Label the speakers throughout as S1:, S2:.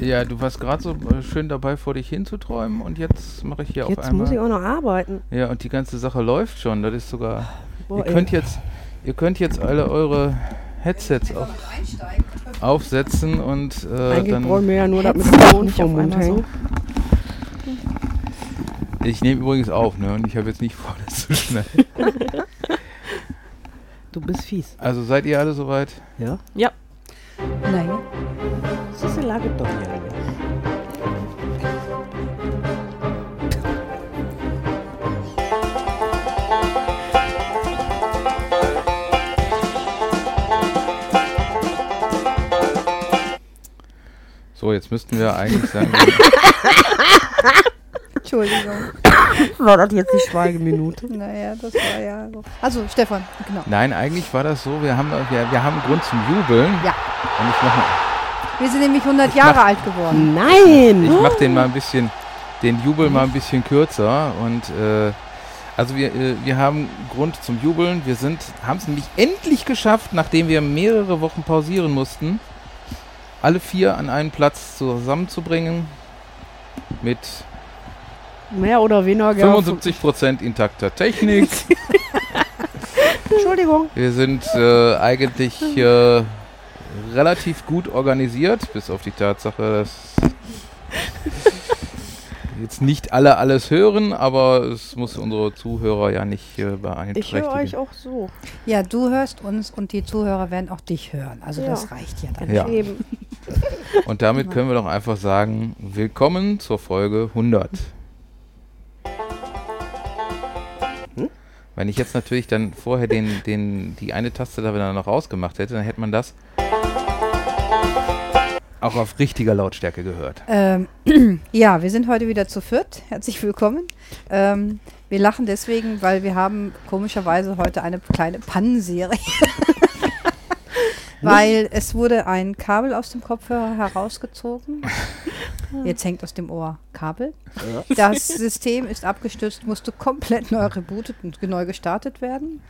S1: Ja, du warst gerade so äh, schön dabei, vor dich hinzuträumen und jetzt mache ich hier auf
S2: Jetzt
S1: einmal.
S2: muss ich auch noch arbeiten.
S1: ja, und die ganze Sache läuft schon. Das ist sogar.
S2: Boah,
S1: ihr
S2: ey.
S1: könnt jetzt, ihr könnt jetzt alle eure Headsets auf, aufsetzen und äh,
S2: Eigentlich brauchen
S1: dann.
S2: wir ja nur das
S3: Hetzt
S2: Mikrofon
S3: mich auf
S2: vom Mund
S3: einmal so.
S2: hängen.
S1: Ich nehme übrigens auf, ne? Und ich habe jetzt nicht vor, das zu schnell.
S2: Du bist fies.
S1: Also seid ihr alle soweit?
S2: Ja?
S3: Ja. Nein.
S2: Siehst du, lag es doch hier.
S1: So, jetzt müssten wir eigentlich sagen.
S3: Entschuldigung.
S2: War das jetzt die Schweigeminute?
S3: Naja, das war ja so. Also, Stefan, genau.
S1: Nein, eigentlich war das so, wir haben, wir, wir haben Grund zum Jubeln.
S3: Ja.
S1: Und ich mache
S3: Wir sind nämlich 100
S1: Ich
S3: Jahre
S1: mach-
S3: alt geworden.
S2: Oh Nein!
S1: Ich mache den mal ein bisschen, den Jubel mal ein bisschen kürzer und äh, also wir, äh, wir haben Grund zum Jubeln. Wir sind, haben es nämlich endlich geschafft, nachdem wir mehrere Wochen pausieren mussten, alle vier an einen Platz zusammenzubringen mit
S2: Mehr oder weniger.
S1: 75 Prozent intakter Technik.
S2: Entschuldigung.
S1: Wir sind äh, eigentlich äh, relativ gut organisiert, bis auf die Tatsache, dass jetzt nicht alle alles hören, aber es muss unsere Zuhörer ja nicht äh,
S2: Ich
S1: beeinträchtigen.
S2: höre euch auch so.
S1: Hm.
S3: Ja, du hörst uns und die Zuhörer werden auch dich hören. Also,
S2: Ja.
S3: das reicht ja dann.
S1: Ja.
S2: Eben.
S1: Und damit können wir doch einfach sagen, willkommen zur Folge 100. Wenn ich jetzt natürlich dann vorher den, den, die eine Taste da wieder noch rausgemacht hätte, dann hätte man das auch auf richtiger Lautstärke gehört.
S3: Ähm, ja, wir sind heute wieder zu viert. Herzlich willkommen. Ähm, wir lachen deswegen, weil wir haben komischerweise heute eine kleine Pannenserie. weil es wurde ein Kabel aus dem Kopfhörer herausgezogen. Jetzt hängt aus dem Ohr Kabel. Das System ist abgestürzt, musste komplett neu rebootet und neu gestartet werden.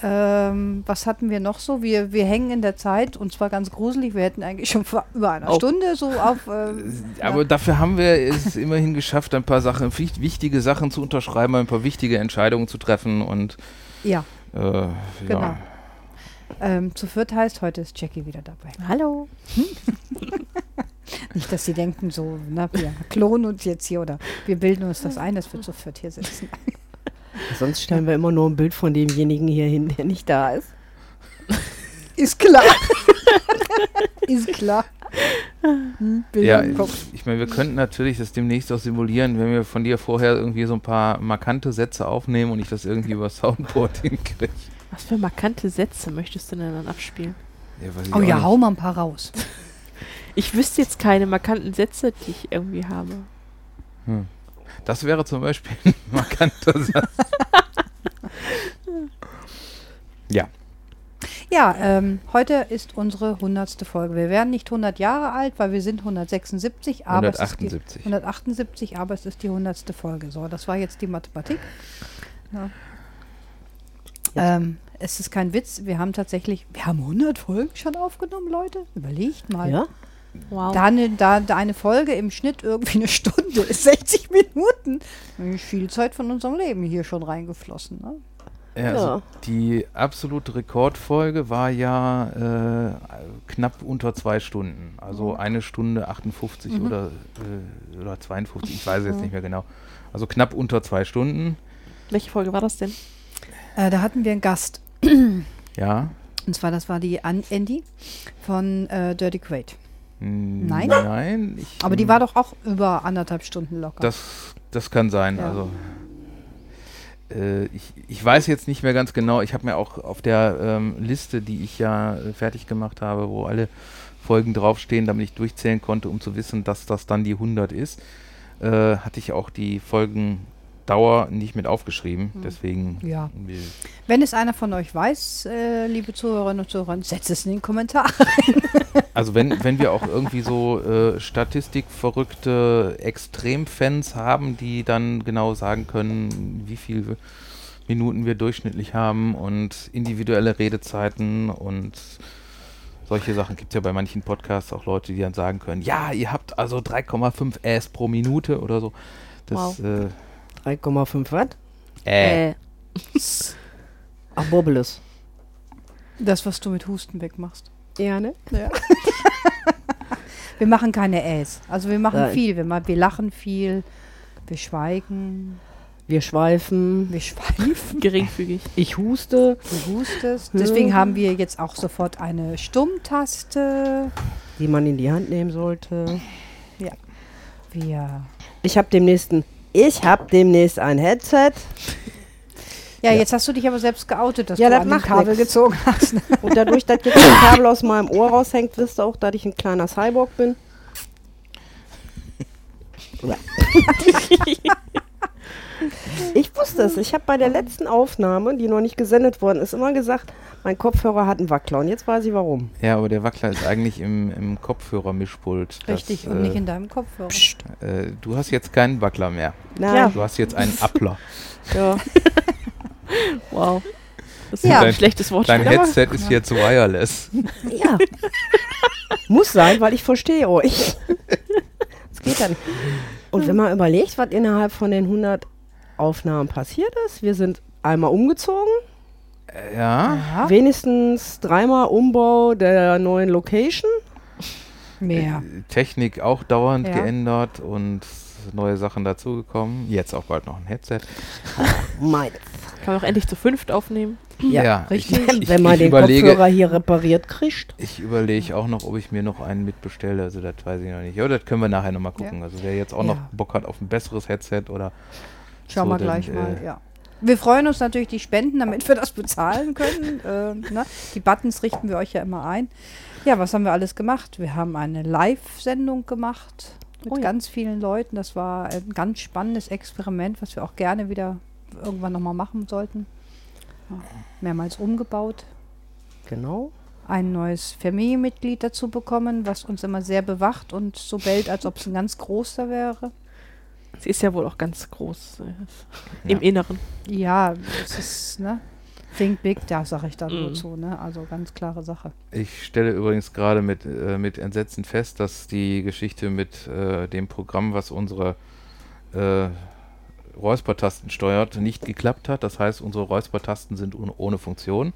S3: Ähm, was hatten wir noch so? Wir, wir hängen in der Zeit und zwar ganz gruselig. Wir hätten eigentlich schon vor über einer
S1: Auf-
S3: Stunde so auf. ähm,
S1: Aber dafür haben wir es immerhin geschafft, ein paar Sachen, wicht- wichtige Sachen zu unterschreiben, ein paar wichtige Entscheidungen zu treffen und
S3: ja,
S1: äh, ja.
S3: Genau. ähm, zu viert heißt, heute ist Jackie wieder dabei.
S2: Hallo.
S3: Nicht, dass sie denken, so, na, wir klonen uns jetzt hier oder wir bilden uns das ein, dass wir zu viert hier sitzen.
S2: Sonst stellen wir immer nur ein Bild von demjenigen hier hin, der nicht da ist.
S3: Ist klar. ist klar. Hm, Bilder
S1: Ja,
S3: im Kopf.
S1: ich meine, wir könnten natürlich das demnächst auch simulieren, wenn wir von dir vorher irgendwie so ein paar markante Sätze aufnehmen und ich das irgendwie über Soundboard hinkriege.
S4: Was für markante Sätze möchtest du denn dann abspielen?
S1: Ja, weiß ich
S3: Oh
S1: auch
S3: ja,
S1: nicht.
S3: hau mal ein paar raus.
S4: Ich wüsste jetzt keine markanten Sätze, die ich irgendwie habe.
S1: Das wäre zum Beispiel ein markanter Satz. ja,
S3: Ja, ähm, heute ist unsere 100. Folge. Wir werden nicht 100 Jahre alt, weil wir sind 176, aber es ist die
S1: 178.
S3: 178, aber es ist die 100. Folge. So, das war jetzt die Mathematik. Ja. Ähm, es ist kein Witz, wir haben tatsächlich, wir haben 100 Folgen schon aufgenommen, Leute. Überlegt mal.
S2: Ja?
S4: Wow.
S3: Da eine, da, da eine Folge im Schnitt irgendwie eine Stunde ist, 60 Minuten. Nämlich viel Zeit von unserem Leben hier schon reingeflossen. Ne?
S1: Ja, also
S2: Ja.
S1: die absolute Rekordfolge war ja äh, knapp unter zwei Stunden.
S3: Oh.
S1: Also eine Stunde 58
S3: Mhm.
S1: oder, äh, oder 52, ich weiß jetzt nicht mehr genau. Also knapp unter zwei Stunden.
S4: Welche Folge war das denn?
S3: Äh, da hatten wir einen Gast.
S1: Ja.
S3: Und zwar, das war die An Andy von äh, Dirty Quaid.
S1: Hm,
S3: Nein?
S1: Nein. Ich,
S3: Aber die war doch auch über anderthalb Stunden locker.
S1: Das, das kann sein.
S3: Ja.
S1: Also äh, ich, ich weiß jetzt nicht mehr ganz genau. Ich habe mir auch auf der ähm, Liste, die ich ja äh, fertig gemacht habe, wo alle Folgen draufstehen, damit ich durchzählen konnte, um zu wissen, dass das dann die 100 ist, äh, hatte ich auch die Folgendauer nicht mit aufgeschrieben. Deswegen.
S3: Hm. Ja.
S1: wir-
S3: Wenn es einer von euch weiß, äh, liebe Zuhörerinnen und Zuhörer, setzt es in den Kommentar.
S1: Also wenn, wenn wir auch irgendwie so äh, statistikverrückte Extremfans haben, die dann genau sagen können, wie viele Minuten wir durchschnittlich haben und individuelle Redezeiten und solche Sachen gibt es ja bei manchen Podcasts auch Leute, die dann sagen können, ja, ihr habt also 3,5 S pro Minute oder so. Das,
S4: Wow.
S1: äh,
S2: 3,5 Watt?
S1: äh,
S4: Äh.
S2: Ach, Bobbeles.
S3: Das, was du mit Husten wegmachst.
S2: Ja, ne?
S3: Wir machen keine Äs. Also wir machen
S2: Nein.
S3: viel. Wir, ma- wir lachen viel. Wir schweigen.
S2: Wir schweifen,
S3: Wir schweifen.
S4: Geringfügig.
S2: ich huste.
S3: Du hustest. Deswegen haben wir jetzt auch sofort eine Stummtaste.
S2: die man in die Hand nehmen sollte.
S3: Wir.
S2: Ich habe demnächst ein, ich habe demnächst ein Headset
S3: Ja, jetzt hast du dich aber selbst geoutet, dass
S2: Ja,
S3: du
S2: das
S3: an dem
S2: macht
S3: Kabel
S2: nix.
S3: gezogen hast.
S2: und dadurch, dass jetzt ein Kabel aus meinem Ohr raushängt, wisst ihr auch, dass ich ein kleiner Cyborg bin. Ja. ich wusste es. Ich habe bei der letzten Aufnahme, die noch nicht gesendet worden ist, immer gesagt, mein Kopfhörer hat einen Wackler und jetzt weiß ich warum.
S1: ja, aber der Wackler ist eigentlich im, im Kopfhörer-Mischpult. Das,
S3: Richtig, und nicht in deinem Kopfhörer.
S1: äh, äh, Du hast jetzt keinen Wackler mehr.
S2: Nein,
S1: Du hast jetzt einen Appler.
S2: ja.
S4: Wow. Das ist
S3: Ja.
S4: ja.
S1: Dein-
S4: ein schlechtes Wort.
S1: Dein
S4: aber-
S1: Headset ist jetzt wireless.
S2: Ja. Muss sein, weil ich verstehe euch. Das geht dann. Und wenn man überlegt, was innerhalb von den 100 Aufnahmen passiert ist, wir sind einmal umgezogen,
S1: Ja.
S3: Ja,
S2: wenigstens dreimal Umbau der neuen Location.
S3: mehr.
S1: Äh, Technik auch dauernd
S3: Ja.
S1: geändert und neue Sachen dazugekommen. Jetzt auch bald noch ein Headset.
S2: Meins.
S4: Kann man auch endlich zu fünft aufnehmen.
S2: Ja,
S1: richtig. Ich, ich,
S2: wenn man
S1: ich
S2: den
S1: überlege,
S2: Kopfhörer hier repariert kriegt.
S1: ich überlege auch noch, ob ich mir noch einen mitbestelle. Also das weiß ich noch nicht. Aber das können wir nachher nochmal gucken. Also wer jetzt auch
S3: Ja.
S1: noch Bock hat auf ein besseres Headset oder
S3: Schauen
S1: So,
S3: wir
S1: dann,
S3: gleich mal,
S1: äh,
S3: ja. Wir freuen uns natürlich die Spenden, damit wir das bezahlen können. ähm, ne? Die Buttons richten wir euch ja immer ein. Ja, was haben wir alles gemacht? Wir haben eine Live-Sendung gemacht mit
S4: Oh ja.
S3: ganz vielen Leuten. Das war ein ganz spannendes Experiment, was wir auch gerne wieder irgendwann nochmal machen sollten. Ja, mehrmals umgebaut.
S2: Genau.
S3: Ein neues Familienmitglied dazu bekommen, was uns immer sehr bewacht und so bellt, als ob es ein ganz großer wäre.
S4: Sie ist ja wohl auch ganz groß. äh,
S1: Ja.
S4: Im Inneren.
S3: Ja, es ist, ne? Think big, da sage ich dann
S1: Mhm.
S3: nur
S4: Mm.
S3: zu, ne? Also ganz klare Sache.
S1: Ich stelle übrigens gerade mit, äh, mit Entsetzen fest, dass die Geschichte mit äh, dem Programm, was unsere äh, Räuspertasten steuert, nicht geklappt hat. Das heißt, unsere Räuspertasten sind un ohne Funktion.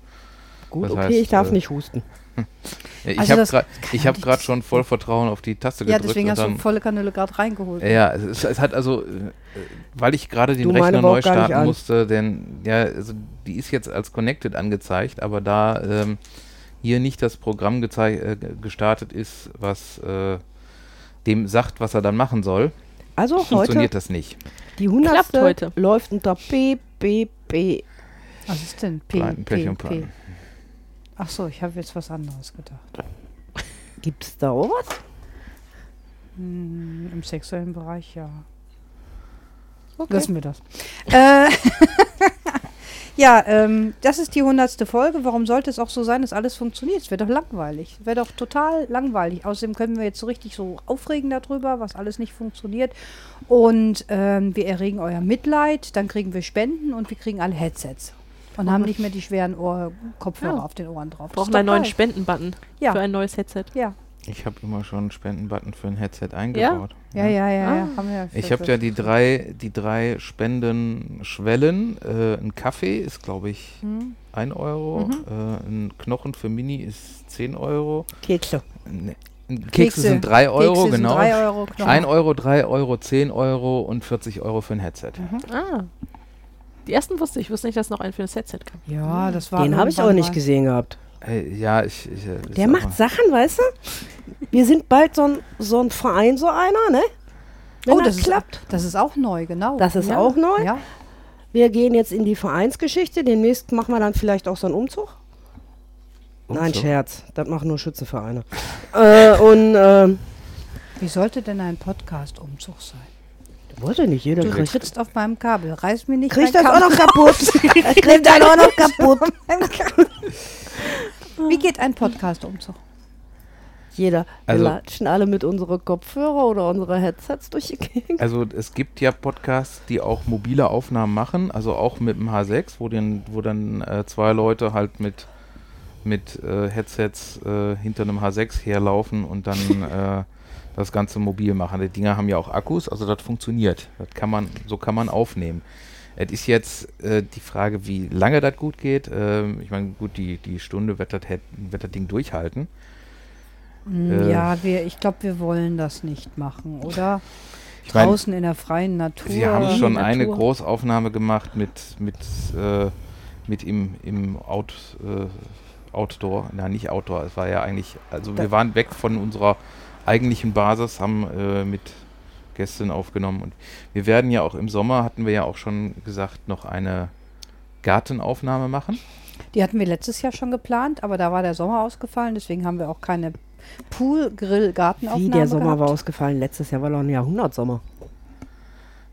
S2: Gut,
S1: Das
S2: okay,
S1: heißt,
S2: ich darf
S1: äh,
S2: nicht husten.
S1: Äh, Ich
S3: Also
S1: habe
S3: das
S1: gerade
S3: kann
S1: ich hab
S3: nicht-
S1: grad schon voll Vertrauen auf die Taste
S3: Ja,
S1: gedrückt.
S3: deswegen
S1: und
S3: hast du
S1: dann,
S3: volle Kanüle gerade reingeholt.
S1: ja, es, ist- es hat also, äh, weil ich gerade den
S2: Du, meine
S1: Rechner
S2: war auch
S1: neu
S2: gar nicht
S1: starten
S2: an.
S1: musste, denn ja, also die ist jetzt als connected angezeigt, aber da ähm, hier nicht das Programm gezei- äh, ge- gestartet ist, was äh, dem sagt, was er dann machen soll,
S2: Also auch heute,
S1: funktioniert das nicht.
S2: die 100.
S4: Klappt heute.
S2: läuft unter PPP.
S3: Was ist denn? P,
S1: Pleiten, Pech
S3: P,
S1: und
S3: P.
S1: Platten.
S3: Ach so, ich habe jetzt was anderes gedacht.
S2: Gibt's da auch was?
S3: Hm, Im sexuellen Bereich, ja.
S2: Okay.
S3: Lassen wir das. Äh, ja, ähm, das ist die hundertste Folge. Warum sollte es auch so sein, dass alles funktioniert? Es wäre doch langweilig. Wäre doch total langweilig. Außerdem können wir jetzt so richtig so aufregen darüber, was alles nicht funktioniert. Und ähm, wir erregen euer Mitleid, dann kriegen wir Spenden und wir kriegen alle Headsets. Und haben nicht mehr die schweren Ohr Kopfhörer
S4: Oh. Ja.
S3: auf den Ohren drauf. Das
S4: Brauchen
S3: ist doch
S4: einen neuen
S3: geil.
S4: Spendenbutton
S3: Ja.
S4: für ein neues Headset.
S3: Ja,
S1: Ich habe immer schon einen Spendenbutton für ein Headset eingebaut.
S3: ja, ja, ja. ja,
S4: Ah.
S3: Haben wir ja
S1: Ich habe ja die drei, die drei Spendenschwellen. Äh, ein Kaffee ist, glaube ich,
S3: Hm. Mhm.
S1: 1 Euro. Äh, ein Knochen für Mini ist 10 Euro.
S2: Kekse.
S1: Ne, Kekse,
S3: Kekse.
S1: sind 3 Euro,
S3: Kekse sind
S1: genau.
S3: drei Euro, Knochen.
S1: 1 Euro, 3 Euro, 10 Euro und 40 Euro für ein Headset.
S3: Mhm.
S4: Ah. Die ersten wusste ich. Ich wusste nicht, dass es noch einen für ein Headset gab.
S3: Ja, das war.
S2: Den habe ich auch
S3: irgendwann
S2: nicht
S3: mal-
S2: gesehen gehabt.
S1: Hey, ja, ich. ich äh, ist
S2: Der
S1: aber-
S2: macht Sachen, weißt du? Wir sind bald so ein, so ein Verein, so einer, ne? Wenn
S3: oh, das ist,
S2: klappt.
S3: das ist auch neu, genau.
S2: Das ist
S3: ja.
S2: auch neu.
S3: Ja,
S2: Wir gehen jetzt in die Vereinsgeschichte. Demnächst machen wir dann vielleicht auch so einen Umzug. Nein,
S1: Umzug.
S2: Scherz. Das machen nur Schützenvereine. äh, und ähm,
S3: wie sollte denn ein Podcast-Umzug sein?
S2: wollte nicht jeder
S3: Du
S2: kriegt.
S3: trittst auf meinem Kabel, reiß mir nicht
S2: Kriegt
S3: mein
S2: das auch
S3: Kabel.
S2: noch kaputt? kriegt das auch noch kaputt?
S3: Wie geht ein Podcast-Umzug?
S2: Äh. Jeder. Wir
S1: Also-
S2: latschen alle mit unseren Kopfhörer oder unsere Headsets durch die Gegend.
S1: Also es gibt ja Podcasts, die auch mobile Aufnahmen machen, also auch mit dem H6, wo, den, wo dann äh, zwei Leute halt mit mit äh, Headsets äh, hinter einem H6 herlaufen und dann äh, das Ganze mobil machen. Die Dinger haben ja auch Akkus, also das funktioniert. Das kann man, so kann man aufnehmen. Es ist jetzt äh, die Frage, wie lange das gut geht. Ähm, ich meine, gut, die, die Stunde wird das, Head- wird das Ding durchhalten.
S3: Mm,
S1: Äh.
S3: Ja, wir, ich glaube, wir wollen das nicht machen, oder?
S1: Ich meine,
S3: Draußen in der freien Natur.
S1: Sie haben schon
S4: Natur.
S1: eine Großaufnahme gemacht mit, mit, äh, mit im, im Out, äh, Outdoor, na nicht Outdoor, es war ja eigentlich, also wir waren weg von unserer eigentlichen Basis, haben äh, mit Gästen aufgenommen und wir werden ja auch im Sommer, hatten wir ja auch schon gesagt, noch eine Gartenaufnahme machen.
S3: Die hatten wir letztes Jahr schon geplant, aber da war der Sommer ausgefallen, deswegen haben wir auch keine Pool-Grill-Gartenaufnahme
S2: Wie der Sommer
S3: gehabt.
S2: war ausgefallen. Letztes Jahr war doch ein Jahrhundertsommer.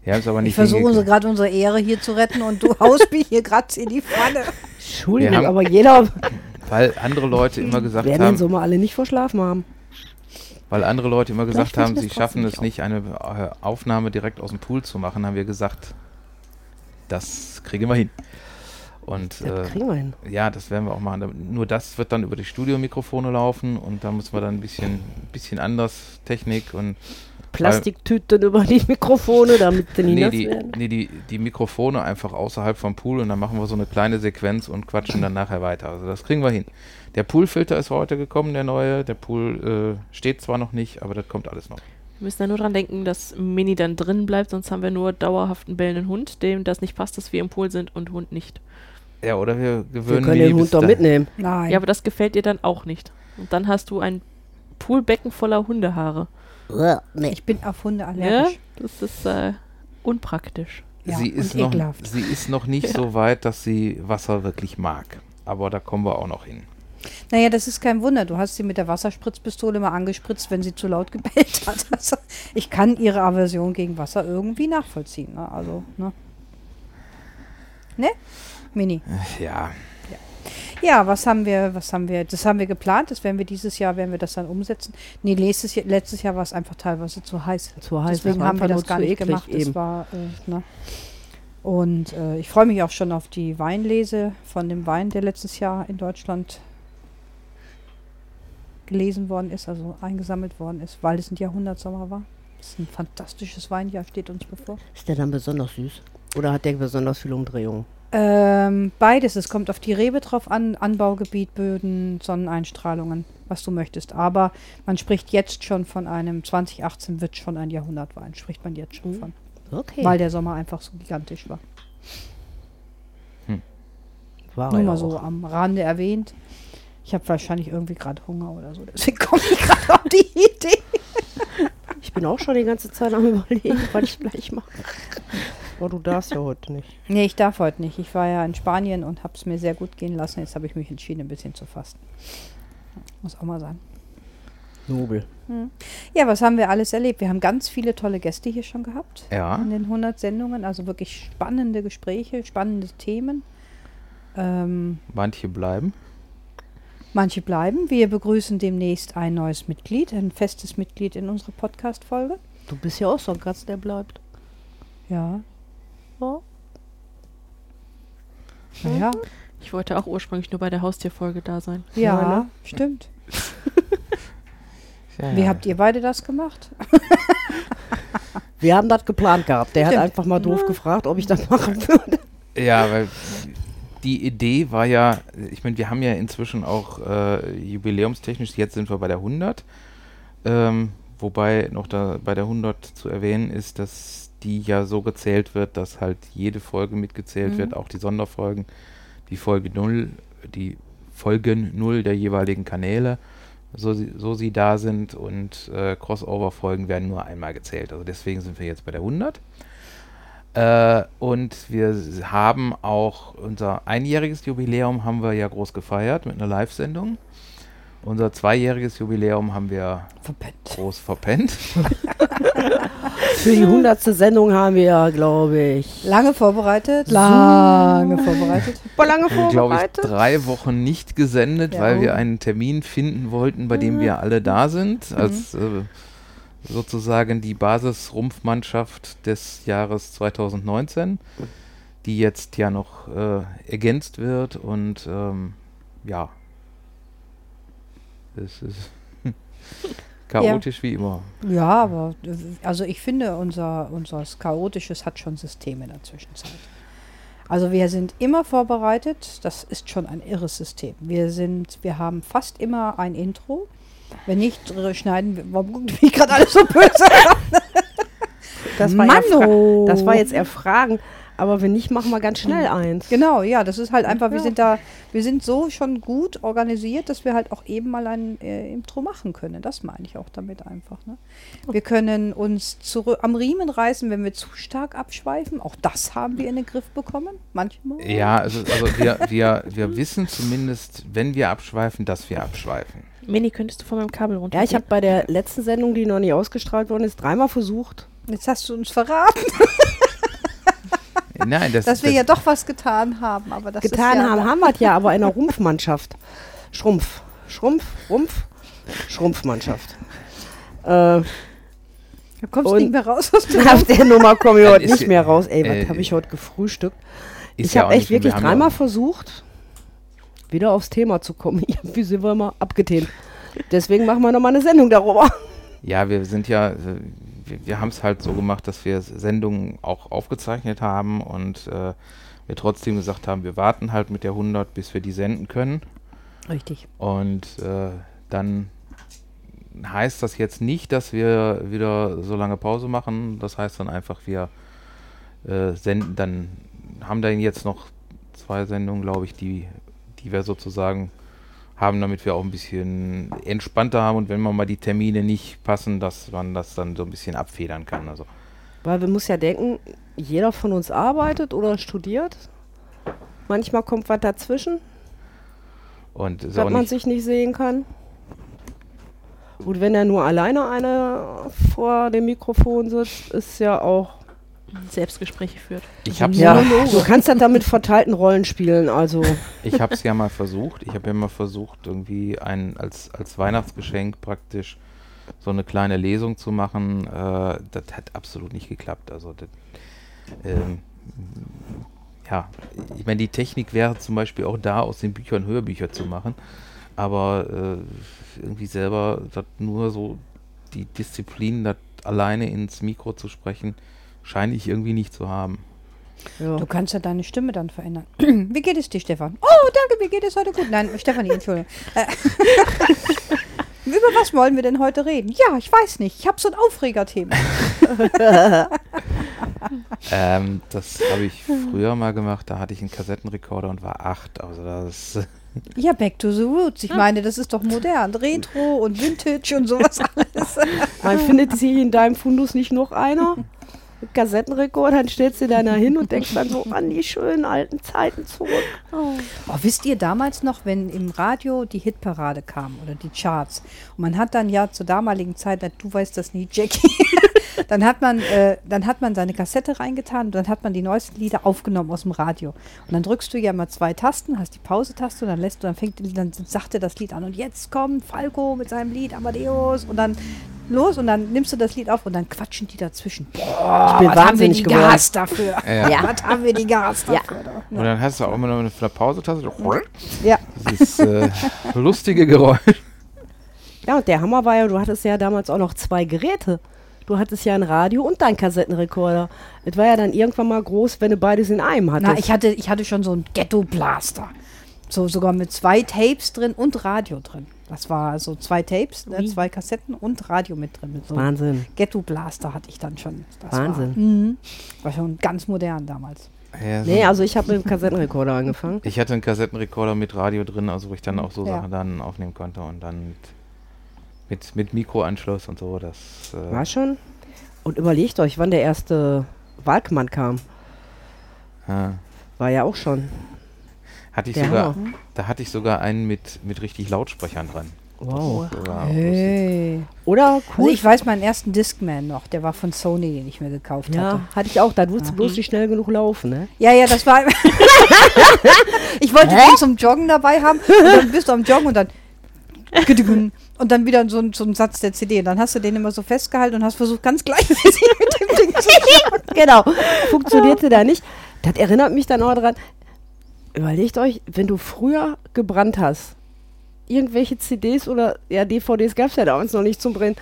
S1: Ja, ist aber nicht
S3: Ich versuche unsere-
S1: hingekriegt.
S3: gerade unsere Ehre hier zu retten und du haust mich hier gerade in die Pfanne.
S2: Entschuldigung,
S1: Wir haben-
S2: aber jeder
S1: weil andere Leute immer gesagt
S2: werden den
S1: haben,
S2: Sommer alle nicht verschlafen haben.
S1: Weil andere Leute immer gesagt
S2: Vielleicht
S1: haben, sie
S2: kriegen wir es
S1: schaffen
S2: trotzdem
S1: es nicht, eine äh, Aufnahme direkt aus dem Pool zu machen, haben wir gesagt, das kriegen wir hin. Und
S2: Das
S1: äh,
S2: kriegen wir hin.
S1: ja, das werden wir auch machen. Da- Nur das wird dann über die Studiomikrofone laufen und da müssen wir dann ein bisschen, bisschen anders Technik und
S2: Plastiktüten über die Mikrofone, damit sie nicht
S1: nee,
S2: nass
S1: die,
S2: werden.
S1: nee, die, die Mikrofone einfach außerhalb vom Pool und dann machen wir so eine kleine Sequenz und quatschen dann nachher weiter. Also das kriegen wir hin. Der Poolfilter ist heute gekommen, der neue. Der Pool äh, steht zwar noch nicht, aber das kommt alles noch.
S4: Wir müssen da nur dran denken, dass Mini dann drin bleibt, sonst haben wir nur dauerhaften bellenden Hund, dem das nicht passt, dass wir im Pool sind und Hund nicht.
S1: Ja, oder wir
S2: Wir
S1: gewöhnen
S2: können
S1: Mini
S2: den
S1: bis
S2: Hund doch
S1: dahin.
S2: mitnehmen.
S3: Nein.
S4: Ja, aber das gefällt dir dann auch nicht. Und dann hast du ein Poolbecken voller Hundehaare.
S2: Nee.
S3: ich bin auf Hunde
S4: Ne?
S3: allergisch.
S4: Das ist äh, unpraktisch.
S3: Ja,
S1: sie, ist
S3: und
S1: noch,
S3: ekelhaft.
S1: sie ist noch nicht so weit, dass sie Wasser wirklich mag. Aber da kommen wir auch noch hin.
S3: Naja, das ist kein Wunder. Du hast sie mit der Wasserspritzpistole mal angespritzt, wenn sie zu laut gebellt hat. Also, ich kann ihre Aversion gegen Wasser irgendwie nachvollziehen. Ne? Also, ne? Ne? Mini.
S1: Ja,
S3: Ja, was haben wir, was haben wir, das haben wir geplant, das werden wir dieses Jahr, werden wir das dann umsetzen. Nee, letztes Jahr, letztes Jahr war es einfach teilweise zu heiß.
S2: Zu heiß,
S3: Deswegen
S2: das war
S3: haben wir
S2: einfach
S3: das
S2: nur
S3: gar
S2: zu
S3: nicht
S2: eklig
S3: gemacht.
S2: eben.
S3: Das war, äh, ne? Und äh, ich freue mich auch schon auf die Weinlese von dem Wein, der letztes Jahr in Deutschland gelesen worden ist, also eingesammelt worden ist, weil es ein Jahrhundertsommer war. Das ist ein fantastisches Weinjahr, steht uns bevor.
S2: Ist der dann besonders süß? Oder hat der besonders viel Umdrehung?
S3: Ähm, beides. Es kommt auf die Rebe drauf an, Anbaugebiet, Böden, Sonneneinstrahlungen, was du möchtest. Aber man spricht jetzt schon von einem 2018 wird schon ein Jahrhundertwein, spricht man jetzt
S2: Mhm.
S3: schon von,
S2: Okay.
S3: weil der Sommer einfach so gigantisch war.
S2: war
S3: Nur
S2: er
S3: mal
S2: Ah, auch.
S3: so am Rande erwähnt. Ich habe wahrscheinlich irgendwie gerade Hunger oder so, deswegen komme ich gerade auf die Idee.
S2: Ich bin auch schon die ganze Zeit am überlegen, was ich gleich mache. Aber Oh, du darfst ja heute nicht.
S3: Nee, ich darf heute nicht. Ich war ja in Spanien und habe es mir sehr gut gehen lassen. Jetzt habe ich mich entschieden, ein bisschen zu fasten. Muss auch mal sein. Hm.
S2: Nobel.
S3: Ja, was haben wir alles erlebt? Wir haben ganz viele tolle Gäste hier schon gehabt.
S1: ja.
S3: In den 100 Sendungen, also wirklich spannende Gespräche, spannende Themen. Ähm,
S1: Manche bleiben.
S3: manche bleiben. Wir begrüßen demnächst ein neues Mitglied, ein festes Mitglied in unserer Podcast-Folge.
S2: Du bist ja auch so ein Katz, der bleibt.
S3: Ja.
S2: Ja.
S3: Naja,
S4: Ich wollte auch ursprünglich nur bei der Haustierfolge da sein.
S3: ja,
S2: Ja, ne?
S3: stimmt.
S1: Ja,
S3: Wie habt ihr beide das gemacht?
S2: Wir haben das geplant gehabt. Der
S3: Stimmt.
S2: hat einfach mal doof gefragt, ob ich das machen würde.
S1: Ja, weil die Idee war ja, ich meine, wir haben ja inzwischen auch äh, jubiläumstechnisch, jetzt sind wir bei der 100. Ähm, wobei noch da bei der 100 zu erwähnen ist, dass die ja so gezählt wird, dass halt jede Folge mitgezählt wird, auch die Sonderfolgen, die Folge 0, die Folgen 0 der jeweiligen Kanäle, so, sie- so sie da sind und äh, Crossover-Folgen werden nur einmal gezählt. Also deswegen sind wir jetzt bei der 100. Äh, und wir s- haben auch unser einjähriges Jubiläum haben wir ja groß gefeiert mit einer Live-Sendung. Unser zweijähriges Jubiläum haben wir
S3: Verpennt.
S1: groß verpennt.
S2: Für die hundertste Sendung haben wir ja, glaube ich,
S3: Lange vorbereitet. Lange vorbereitet.
S2: super lange
S1: Glaube Äh, ich,
S2: vorbereitet.
S1: drei Wochen nicht gesendet,
S3: Ja.
S1: weil wir einen Termin finden wollten, bei dem wir alle da sind. Als äh, sozusagen die Basisrumpfmannschaft des Jahres 2019, die jetzt ja noch äh, ergänzt wird und ähm, ja, Es ist chaotisch wie immer.
S3: Ja, aber äh, also ich finde, unser, unser Chaotisches hat schon Systeme in der Zwischenzeit. Also wir sind immer vorbereitet, das ist schon ein irres System. Wir sind, wir haben fast immer ein Intro. Wenn nicht, äh, schneiden wir. Warum guckt mich gerade alles so böse?
S2: Das war, eher fra-
S3: Manno!
S2: das war jetzt eher Fragen, aber wenn nicht, machen wir ganz schnell eins.
S3: Oh. Genau, ja, das ist halt einfach, wir sind da, wir sind so schon gut organisiert, dass wir halt auch eben mal ein äh, Intro machen können. Das meine ich auch damit einfach. Ne? Wir können uns zurück am Riemen reißen, wenn wir zu stark abschweifen. Auch das haben wir in den Griff bekommen, manchmal.
S1: Ja, also, also wir, wir, wir wissen zumindest, wenn wir abschweifen, dass wir abschweifen.
S4: Mini, könntest du von meinem Kabel runter?
S2: Ja, ich habe bei der letzten Sendung, die noch nicht ausgestrahlt worden ist, dreimal versucht.
S3: Jetzt hast du uns verraten,
S1: Nein, das,
S3: dass wir
S1: das,
S3: ja doch was getan haben. Aber das
S2: Getan
S3: ist ja
S2: haben, haben wir es ja, aber in einer Rumpfmannschaft. Schrumpf, Schrumpf, Rumpf, Schrumpfmannschaft. Äh,
S3: Da kommst du
S2: Und-
S3: nicht mehr raus aus dem
S2: nach der Nummer komme ich
S1: Dann
S2: heute
S1: ist
S2: nicht
S1: ja-
S2: mehr raus. Ey, was
S1: äh,
S2: habe ich heute gefrühstückt?
S1: ist
S2: ich habe
S1: auch
S2: echt
S1: nicht- wir
S2: wirklich
S1: haben
S2: dreimal
S1: Ja,
S2: versucht, wieder aufs Thema zu kommen. Irgendwie sind wir immer abgetehnt. Deswegen machen wir nochmal eine Sendung darüber.
S1: ja, wir sind ja, äh, wir, wir haben es halt so gemacht, dass wir Sendungen auch aufgezeichnet haben und äh, wir trotzdem gesagt haben, wir warten halt mit der 100, bis wir die senden können.
S3: Richtig.
S1: Und äh, dann heißt das jetzt nicht, dass wir wieder so lange Pause machen. Das heißt dann einfach, wir äh, senden dann, haben dann jetzt noch zwei Sendungen, glaube ich, die, die wir sozusagen haben, damit wir auch ein bisschen entspannter haben und wenn man mal die Termine nicht passen, dass man das dann so ein bisschen abfedern kann. Also
S2: Weil wir muss ja denken, jeder von uns arbeitet oder studiert. Manchmal kommt was dazwischen,
S1: und ist auch
S2: dass man
S1: nicht,
S2: sich nicht sehen kann. Und wenn er nur alleine einer vor dem Mikrofon sitzt, ist ja auch.
S4: Selbstgespräche führt.
S1: ich habe es
S2: Ja, du kannst dann damit verteilten Rollen spielen. Also
S1: Ich habe es ja mal versucht. Ich habe ja mal versucht, irgendwie ein, als, als Weihnachtsgeschenk praktisch so eine kleine Lesung zu machen. Äh, das hat absolut nicht geklappt. Also, das, ähm, ja, ich meine, die Technik wäre zum Beispiel auch da, aus den Büchern Hörbücher zu machen. Aber äh, irgendwie selber das nur so die Disziplin, das alleine ins Mikro zu sprechen, scheine ich irgendwie nicht zu haben.
S2: ja.
S3: Du kannst ja deine Stimme dann verändern. Wie geht es dir, Stefan? Oh, danke, mir geht es heute gut. Nein, Stefanie, Entschuldigung. Äh, Über was wollen wir denn heute reden? Ja, ich weiß nicht. Ich habe so ein Aufregerthema.
S1: Ähm, das habe ich früher mal gemacht, da hatte ich einen Kassettenrekorder und war acht. Also das
S3: Ja, back to the roots. Ich meine, das ist doch modern. Retro und Vintage und sowas alles.
S2: Man findet sie in deinem Fundus nicht noch einer. Mit Kassettenrekord, dann stellst du dir da hin und denkst dann so an die schönen alten Zeiten zurück.
S3: Oh, wisst ihr damals noch, wenn im Radio die Hitparade kam oder die Charts? Und man hat dann ja zur damaligen Zeit, na, du weißt das nie, Jackie, dann hat man, äh, dann hat man seine Kassette reingetan und dann hat man die neuesten Lieder aufgenommen aus dem Radio. Und dann drückst du ja mal zwei Tasten, hast die Pause-Taste und dann lässt du, dann fängt, dann sagt er das Lied an und jetzt kommt Falco mit seinem Lied Amadeus und dann los und dann nimmst du das Lied auf und dann quatschen die dazwischen. Boah,
S2: bin
S3: was haben wir
S2: wahnsinnig
S3: die
S2: geworden.
S3: Gas dafür?
S1: Ja.
S3: Was haben wir die Gas dafür? Ja. Mhm.
S1: und dann hast du auch immer noch eine Pausetaste. so-
S3: ja.
S1: Dieses äh, lustige Geräusch.
S2: Ja, und der Hammer war ja, du hattest ja damals auch noch zwei Geräte. Du hattest ja ein Radio und deinen Kassettenrekorder. Es war ja dann irgendwann mal groß, wenn du beides in einem hattest.
S3: Na, ich hatte, ich hatte schon so einen Ghetto-Blaster. So sogar mit zwei Tapes drin und Radio drin. Das war also zwei Tapes, ne, zwei Kassetten und Radio mit drin. Mit so einem
S2: Wahnsinn,
S3: Ghetto-Blaster hatte ich dann schon. Das
S2: Wahnsinn.
S3: War, mhm. war schon ganz modern damals.
S1: Ja, so-
S2: Nee, also ich habe mit dem Kassettenrekorder angefangen.
S1: ich hatte einen Kassettenrekorder mit Radio drin, also wo ich dann auch so
S3: Ja.
S1: Sachen dann aufnehmen konnte und dann mit, mit, mit Mikroanschluss und so. Das
S2: War
S1: äh,
S2: schon. Und überlegt euch, wann der erste Walkmann kam.
S1: ja.
S2: War ja auch schon.
S1: hatte ich
S2: Der
S1: sogar,
S3: Mhm.
S1: da hatte ich sogar einen mit, mit richtig Lautsprechern dran.
S2: Wow.
S1: Das war auch lustig.
S3: Oh. Hey.
S2: Oder cool.
S3: Also ich weiß meinen ersten Discman noch. Der war von Sony, den ich mir gekauft hatte.
S2: ja, hatte ich auch. Da durfte bloß nicht schnell genug laufen, ne?
S3: Ja, ja, das war. ich wollte den zum Joggen dabei haben. Und dann bist du am Joggen und dann. gedüdün. Und dann wieder so ein, so ein Satz der CD. Und dann hast du den immer so festgehalten und hast versucht, ganz gleichmäßig mit dem Ding zu schlagen.
S2: genau. Funktionierte da nicht. Das erinnert mich dann auch daran. Überlegt euch, wenn du früher gebrannt hast, irgendwelche CDs oder ja, DVDs gab es ja damals noch nicht zum Brennen.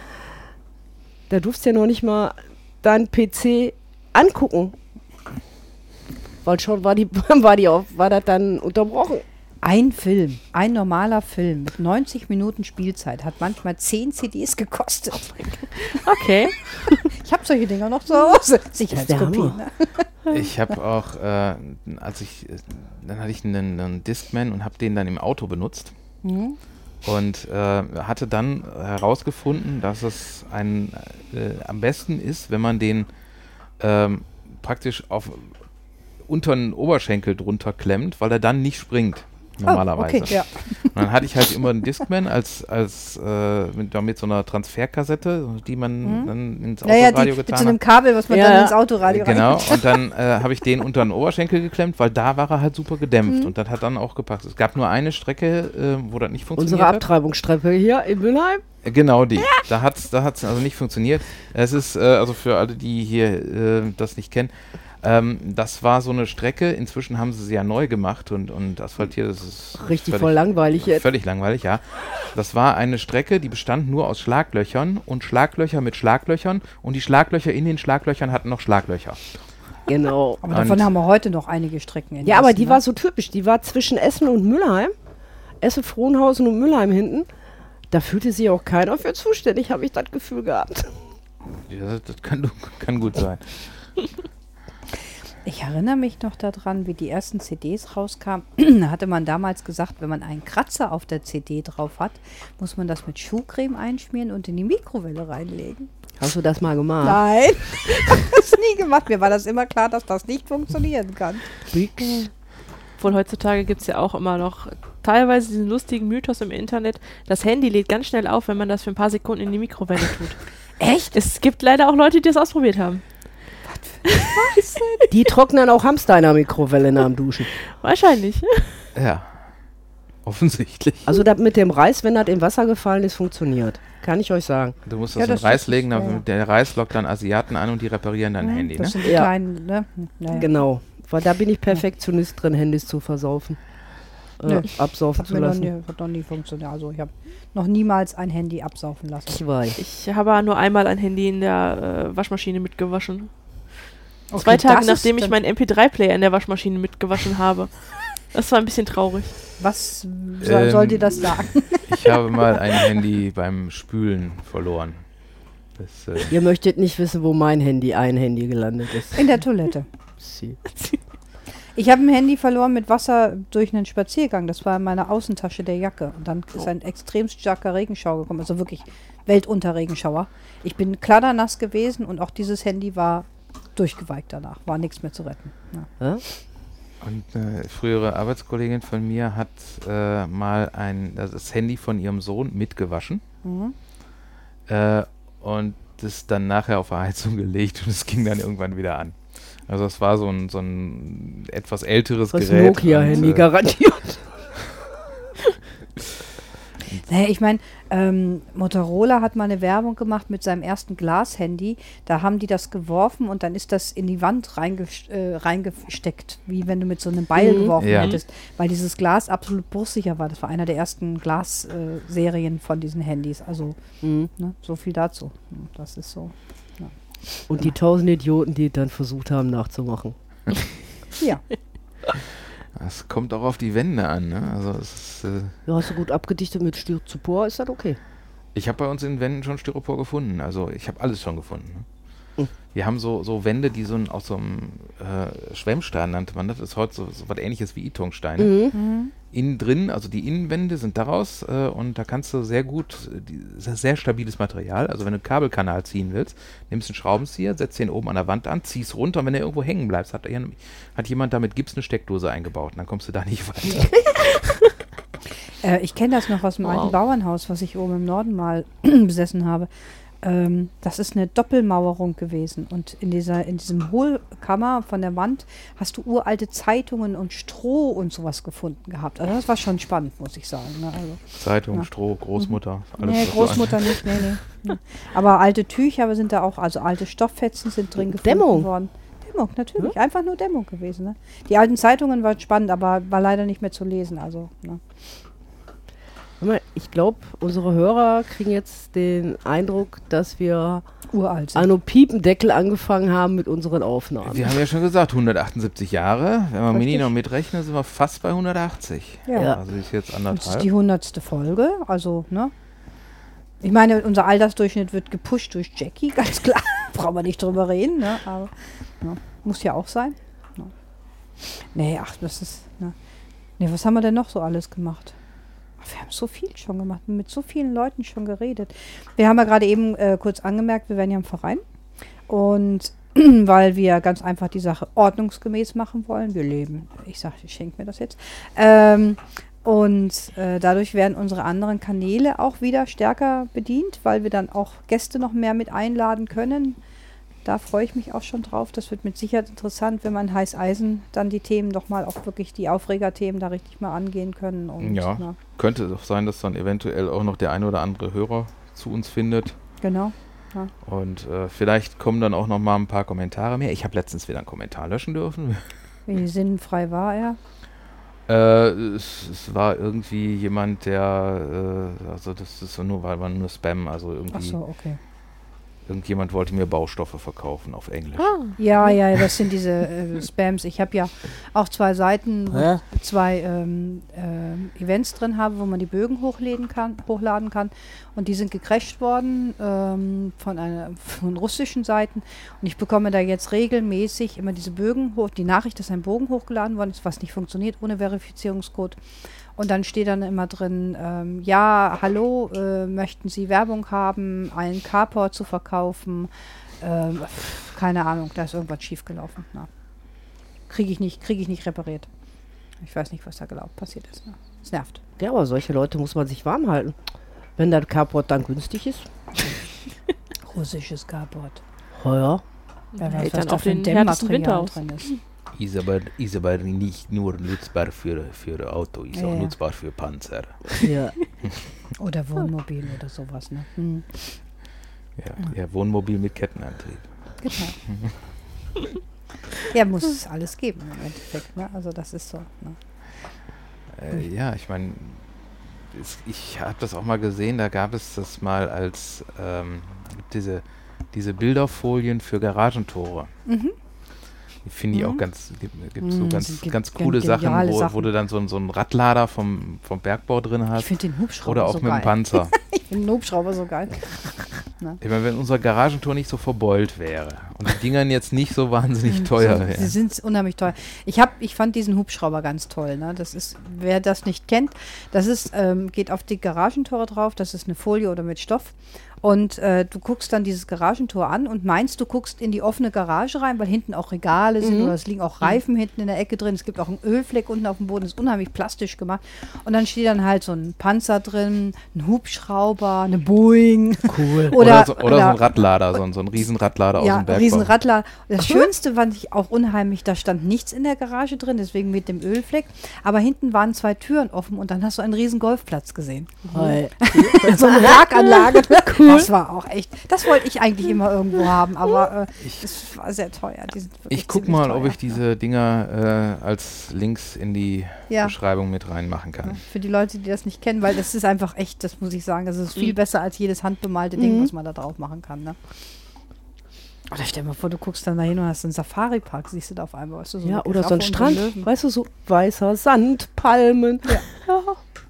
S2: Da durfst du ja noch nicht mal deinen PC angucken. Weil schon war die, war die auf, war das dann unterbrochen.
S3: Ein Film, ein normaler Film mit 90 Minuten Spielzeit hat manchmal 10 CDs gekostet.
S4: Okay.
S3: Ich habe solche Dinger noch zu Hause. Sicherheitskopien.
S2: Hammer.
S3: Ne?
S1: Ich habe auch, äh, als ich, äh, dann hatte ich einen, einen Discman und habe den dann im Auto benutzt
S3: Mhm.
S1: und äh, hatte dann herausgefunden, dass es ein, äh, am besten ist, wenn man den ähm, praktisch auf unter den Oberschenkel drunter klemmt, weil er dann nicht springt normalerweise.
S3: Oh, okay, ja.
S1: Und dann hatte ich halt immer einen Discman als, als äh, mit, mit so einer Transferkassette, die man dann ins
S3: Mhm. Naja,
S1: Autoradio
S3: die,
S1: getan
S3: mit
S1: hat.
S3: so einem Kabel, was man
S4: Ja,
S3: dann
S4: ja.
S3: ins Autoradio
S1: Genau,
S3: rein.
S1: und dann äh, habe ich den unter den Oberschenkel geklemmt, weil da war er halt super
S2: Mhm.
S1: gedämpft und das hat dann auch gepasst. Es gab nur eine Strecke, äh, wo das nicht funktioniert
S2: Unsere
S1: hat.
S2: Abtreibungsstrecke hier in Mülheim.
S1: Äh, Genau die. Da hat es da hat's also nicht funktioniert. Es ist, äh, also für alle, die hier äh, das nicht kennen, ähm, das war so eine Strecke. Inzwischen haben sie sie ja neu gemacht und, und asphaltiert. Das ist
S2: Richtig
S1: völlig-
S2: voll langweilig jetzt.
S1: Völlig langweilig, ja. Das war eine Strecke, die bestand nur aus Schlaglöchern und Schlaglöcher mit Schlaglöchern und die Schlaglöcher in den Schlaglöchern hatten noch Schlaglöcher.
S2: Genau.
S3: Aber davon
S1: Und-
S3: haben wir heute noch einige Strecken in
S2: Ja, aber
S3: Essen,
S2: die
S3: ne?
S2: war so typisch. Die war zwischen Essen und Mülheim. Essen, Frohnhausen und Mülheim hinten. Da fühlte sich auch keiner für zuständig, habe ich das Gefühl gehabt.
S1: Ja, das- das kann, kann gut sein.
S3: Ich erinnere mich noch daran, wie die ersten CDs rauskamen. Da hatte man damals gesagt, wenn man einen Kratzer auf der CD drauf hat, muss man das mit Schuhcreme einschmieren und in die Mikrowelle reinlegen.
S2: Hast du das mal
S1: Ah.
S2: gemacht?
S3: Nein, das nie gemacht. Mir war das immer klar, dass das nicht funktionieren kann.
S4: Obwohl heutzutage gibt es ja auch immer noch teilweise diesen lustigen Mythos im Internet, das Handy lädt ganz schnell auf, wenn man das für ein paar Sekunden in die Mikrowelle tut.
S3: Echt?
S4: Es gibt leider auch Leute, die das ausprobiert haben.
S2: Die trocknen auch Hamster in der Mikrowelle nach dem Duschen.
S4: Wahrscheinlich.
S1: Ja. Offensichtlich.
S2: Also das mit dem Reis, wenn das in Wasser gefallen ist, funktioniert. Kann ich euch sagen.
S1: Du musst
S3: Ja,
S1: das in
S3: das
S1: Reis
S3: ist-
S1: legen,
S3: ja,
S1: dann-
S3: ja.
S1: der Reis lockt dann Asiaten an und die reparieren dein Handy.
S3: Das
S1: Ne?
S3: sind die
S2: Ja.
S3: kleinen, ne? Hm, Naja.
S2: Genau. Weil da bin ich Perfektionist drin, Handys zu versaufen. Äh,
S3: Nö.
S2: Absaufen
S3: Hat
S2: zu
S3: mir noch nie,
S2: lassen.
S3: hat noch nie funktioniert. Also ich habe noch niemals ein Handy absaufen lassen.
S2: Ich weiß.
S4: Ich habe nur einmal ein Handy in der äh, Waschmaschine mitgewaschen.
S3: Okay,
S4: Zwei Tage
S3: das ist
S4: nachdem ich
S3: dann-
S4: meinen MP3-Player in der Waschmaschine mitgewaschen habe. Das war ein bisschen traurig.
S3: Was soll, soll
S1: Ähm,
S3: dir das sagen?
S1: Ich habe mal ein Handy beim Spülen verloren. Das, äh,
S2: Ihr möchtet nicht wissen, wo mein Handy, ein Handy gelandet ist.
S3: In der Toilette.
S2: Sie.
S3: Ich habe ein Handy verloren mit Wasser durch einen Spaziergang. Das war in meiner Außentasche der Jacke. Und dann ist ein extrem starker Regenschauer gekommen. Also wirklich Weltunterregenschauer. Ich bin kladdernass gewesen und auch dieses Handy war durchgeweigt danach. War nichts mehr zu retten. Ja.
S2: Ja?
S1: und eine frühere Arbeitskollegin von mir hat äh, mal ein, also das Handy von ihrem Sohn mitgewaschen
S3: Mhm.
S1: äh, und das dann nachher auf der Heizung gelegt und es ging dann irgendwann wieder an. Also es war so ein, so ein etwas älteres
S2: Das
S1: Gerät.
S2: Nokia-Handy
S1: und, äh,
S2: garantiert.
S3: Naja, ich meine, ähm, Motorola hat mal eine Werbung gemacht mit seinem ersten Glashandy. Da haben die das geworfen und dann ist das in die Wand reingesch- äh, reingesteckt, wie wenn du mit so einem Beil
S2: Mhm.
S3: geworfen
S1: Ja.
S3: hättest, weil dieses Glas absolut brustsicher war. Das war einer der ersten Glasserien äh, Serien von diesen Handys. Also
S2: Mhm.
S3: ne, so viel dazu. Das ist so.
S2: Und die tausend Idioten, die dann versucht haben, nachzumachen.
S3: Ja,
S1: es kommt auch auf die Wände an. Ne? Also es ist, äh,
S2: Ja, hast du gut abgedichtet mit Styropor, ist das okay?
S1: Ich habe bei uns in Wänden schon Styropor gefunden. Also ich habe alles schon gefunden. Ne? Wir haben so, so Wände, die so ein, aus so einem äh, Schwemmstein nannte man das. Das ist heute so, so was ähnliches wie Itongsteine. Innen drin, also die Innenwände sind daraus äh, und da kannst du sehr gut, äh, die, das ist sehr stabiles Material. Also wenn du einen Kabelkanal ziehen willst, nimmst einen Schraubenzieher, setzt den oben an der Wand an, ziehst runter und wenn er irgendwo hängen bleibst, hat, er- hat jemand damit Gips eine Steckdose eingebaut und dann kommst du da nicht weiter.
S3: Äh, ich kenne das noch aus dem
S4: Wow.
S3: alten Bauernhaus, was ich oben im Norden mal besessen habe. Ähm, das ist eine Doppelmauerung gewesen. Und in, dieser, in diesem Hohlkammer von der Wand hast du uralte Zeitungen und Stroh und sowas gefunden gehabt. Also das war schon spannend, muss ich sagen. Ne? Also,
S1: Zeitung,
S3: Ja. Mhm.
S1: Stroh, Großmutter, alles
S3: nee,
S1: was du an-
S3: Großmutter nicht, nee, nee. Ja. Aber alte Tücher sind da auch, also alte Stofffetzen sind drin gefunden
S2: Dämmung.
S3: worden. Dämmung, natürlich. Einfach nur Dämmung gewesen. Ne? Die alten Zeitungen waren spannend, aber war leider nicht mehr zu lesen. Also, ne?
S2: Hör mal, Ich glaube, unsere Hörer kriegen jetzt den Eindruck, dass wir
S3: Uralt. sind.
S2: Anno Piependeckel angefangen haben mit unseren Aufnahmen.
S1: Wir haben ja schon gesagt, 178 Jahre. Wenn man Mini
S3: Richtig.
S1: noch mitrechnet, sind wir fast bei 180.
S3: Ja.
S2: Ja.
S1: Also ist jetzt
S3: Und es ist
S1: anderthalb.
S3: die hundertste Folge, also, ne? Ich meine, unser Altersdurchschnitt wird gepusht durch Jackie, ganz klar. Brauchen wir nicht drüber reden, ne? Aber ne? muss ja auch sein. Ne? Nee, ach, das ist. Ne? Nee, was haben wir denn noch so alles gemacht? Ach, Wir haben so viel schon gemacht, mit so vielen Leuten schon geredet. Wir haben ja gerade eben äh, kurz angemerkt, wir wären ja im Verein. Und weil wir ganz einfach die Sache ordnungsgemäß machen wollen. Wir leben. Ich sage, ich schenke mir das jetzt. Ähm, und äh, dadurch werden unsere anderen Kanäle auch wieder stärker bedient, weil wir dann auch Gäste noch mehr mit einladen können. Da freue ich mich auch schon drauf. Das wird mit Sicherheit interessant, wenn man heiß Eisen dann die Themen doch mal auch wirklich die Aufregerthemen da richtig mal angehen können. Und, ne?
S1: Ja.
S3: na,
S1: Könnte doch sein, dass dann eventuell auch noch der ein oder andere Hörer zu uns findet.
S3: genau.
S1: Und äh, vielleicht kommen dann auch noch mal ein paar Kommentare mehr. Ich habe letztens wieder einen Kommentar löschen dürfen.
S3: Wie sinnfrei war er?
S1: Äh, es, es war irgendwie jemand, der, äh, also das ist so nur, war, war nur Spam, also irgendwie,
S3: Ach so, okay.
S1: irgendjemand wollte mir Baustoffe verkaufen auf Englisch.
S4: Ah,
S3: Ja, ja, das sind diese äh, Spams. Ich habe ja auch zwei Seiten, wo
S5: Ja.
S3: ich zwei ähm, ähm, Events drin habe, wo man die Bögen hochladen kann. Hochladen kann. Und die sind gecrashed worden ähm, von, einer, von russischen Seiten. Und ich bekomme da jetzt regelmäßig immer diese Bögen hoch, die Nachricht, dass ein Bogen hochgeladen worden ist, was nicht funktioniert, ohne Verifizierungscode. Und dann steht dann immer drin, ähm, ja, hallo, äh, möchten Sie Werbung haben, einen Carport zu verkaufen? Ähm, pf, keine Ahnung, da ist irgendwas schiefgelaufen. Na. Kriege ich nicht, kriege ich nicht repariert. Ich weiß nicht, was da gelaufen passiert ist. Ne? Es nervt.
S2: Ja, aber solche Leute muss man sich warm halten. Wenn der Carport dann günstig ist,
S3: Russisches Carport.
S2: heuer.
S3: Wer
S4: hält
S3: weiß, was
S4: dann
S3: da
S4: auf
S3: für ein
S4: den härtesten Winter
S3: Dämmmaterial
S4: aus.
S3: drin ist.
S1: Ist aber, ist aber nicht nur nutzbar für, für Auto, ist
S3: Ja,
S1: auch
S3: ja.
S1: nutzbar für Panzer.
S2: Ja.
S3: Oder Wohnmobil oder sowas. Ne? Hm.
S1: Ja,
S3: Mhm.
S1: ja, Wohnmobil mit Kettenantrieb.
S3: Genau. ja, muss es alles geben im Endeffekt. Ne? Also das ist so. Ne?
S1: Äh, ja, ich meine, ich habe das auch mal gesehen, da gab es das mal als ähm, diese, diese Bilderfolien für Garagentore.
S3: Mhm.
S1: Die finde ich auch
S3: Mhm.
S1: ganz, gibt, gibt
S3: Mhm,
S1: so
S3: es
S1: ganz,
S3: gibt
S1: ganz
S3: gen-
S1: coole Sachen
S3: geniale
S1: wo, wo
S3: Sachen.
S1: du dann so, ein- so einen Radlader vom, vom Bergbau drin
S3: Ich
S1: hast.
S3: finde den Hubschrauber
S1: Oder auch
S3: so
S1: mit dem
S3: geil.
S1: Panzer.
S3: Ich finde den Hubschrauber so geil.
S1: Ich meine, wenn unser Garagentor nicht so verbeult wäre und die Dingern jetzt nicht so wahnsinnig teuer
S3: Hm, Sie
S1: wären.
S3: sind unheimlich teuer. Ich hab, ich fand diesen Hubschrauber ganz toll. Ne? Das ist, wer das nicht kennt, das ist, ähm, geht auf die Garagentore drauf. Das ist eine Folie oder mit Stoff. Und äh, du guckst dann dieses Garagentor an und meinst, du guckst in die offene Garage rein, weil hinten auch Regale sind oder es liegen auch Reifen hinten in der Ecke drin. Es gibt auch einen Ölfleck unten auf dem Boden. Ist unheimlich plastisch gemacht. Und dann steht dann halt so ein Panzer drin, ein Hubschrauber, eine Boeing. genau.
S2: Cool.
S1: Oder, so, oder, so ein Radlader, so ein, so ein Riesenradlader aus
S3: Ja,
S1: dem Bergbau. Hm?
S3: Riesenradler. Das Schönste fand ich auch unheimlich, da stand nichts in der Garage drin, deswegen mit dem Ölfleck. Aber hinten waren zwei Türen offen und dann hast du einen riesen Golfplatz gesehen.
S2: Hey.
S3: so eine Parkanlage. Das war auch echt, das wollte ich eigentlich immer irgendwo haben, aber äh, es war sehr teuer. Die sind wirklich
S1: Ich guck
S3: ziemlich
S1: mal, ob
S3: teuer.
S1: ich diese Dinger äh, als Links in die
S3: Ja.
S1: Beschreibung mit reinmachen kann.
S3: Für die Leute, die das nicht kennen, weil das ist einfach echt, das muss ich sagen, das ist
S1: Mhm.
S3: viel besser als jedes handbemalte Ding, was man da drauf machen kann. Ne? Oder stell dir mal vor, du guckst dann dahin und hast einen Safari-Park, siehst du da auf einmal. Weißt du, so
S2: Ja,
S3: eine
S2: oder so ein
S3: Giraffe und
S2: Strand. Weißt du, so weißer Sand, Palmen. Ja.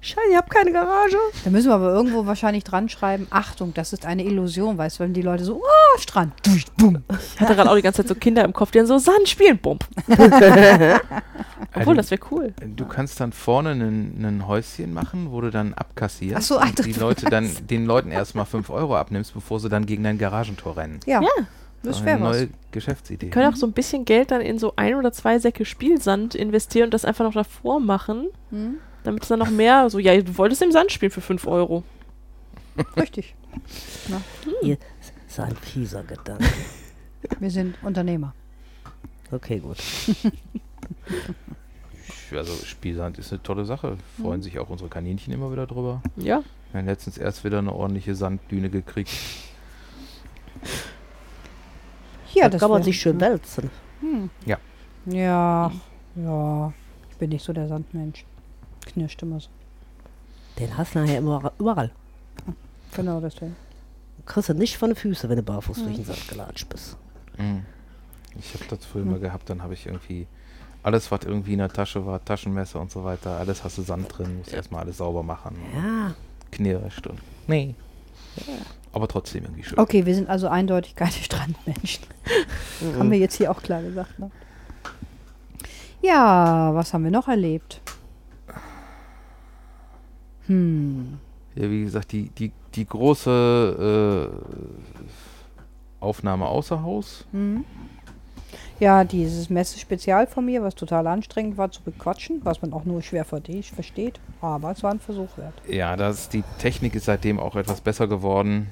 S2: Scheiße, ich hab keine Garage.
S3: Da müssen wir aber irgendwo wahrscheinlich dran schreiben, Achtung, das ist eine Illusion, weißt du, wenn die Leute so, oh, Strand, durch, bumm.
S4: ich hatte gerade auch die ganze Zeit so Kinder im Kopf, die dann so Sand spielen. Bump. Obwohl, das wäre cool.
S3: Mhm.
S1: du kannst dann vorne ein Häuschen machen, wo du dann abkassierst
S3: Ach so,
S1: und
S3: Alter,
S1: die
S3: du
S1: Leute dann, den Leuten erstmal 5 Euro abnimmst, bevor sie dann gegen dein Garagentor rennen.
S3: Ja,
S4: Ja.
S3: das
S1: eine
S3: wäre was.
S1: neue Geschäftsidee.
S4: Können auch so ein bisschen Geld dann in so ein oder zwei Säcke Spielsand investieren und das einfach noch davor machen,
S3: Hm?
S4: damit es dann noch mehr, so, ja, du wolltest im Sand spielen für 5 Euro.
S3: Richtig,
S2: Ihr ist ein fieser Gedanke.
S3: wir sind Unternehmer.
S2: Okay, gut.
S1: Also Spielsand ist eine tolle Sache. Freuen
S3: Mhm.
S1: sich auch unsere Kaninchen immer wieder drüber.
S4: Ja.
S1: Wir haben letztens erst wieder eine ordentliche Sanddüne gekriegt.
S3: Ja,
S2: da
S3: das
S2: kann man
S3: wär-
S2: sich schön wälzen.
S3: Ja, ja, ich bin nicht so der Sandmensch. Knirscht immer so.
S2: Den hast du nachher immer überall.
S3: Genau, deswegen.
S2: Kriegst du nicht von den Füßen, wenn du barfuß durch den Sand gelatscht bist.
S1: Mhm. Ich habe das
S3: Hm.
S1: früher mal gehabt, dann habe ich irgendwie alles, was irgendwie in der Tasche war, Taschenmesser und so weiter, alles hast du Sand drin, musst erstmal alles sauber machen.
S2: Ja.
S1: Knirscht und. Nee. Aber trotzdem irgendwie schön.
S3: Okay, wir sind also eindeutig keine Strandmenschen.
S1: Mhm.
S3: haben wir jetzt hier auch klar gesagt. Ne? Ja, was haben wir noch erlebt? Hm.
S1: Ja, wie gesagt, die, die, die große äh, Aufnahme außer Haus.
S3: Hm. Ja, dieses Messe-Spezial von mir, was total anstrengend war zu bequatschen, was man auch nur schwer verde- versteht, aber es war ein Versuch wert.
S1: Ja, das, die Technik ist seitdem auch etwas besser geworden.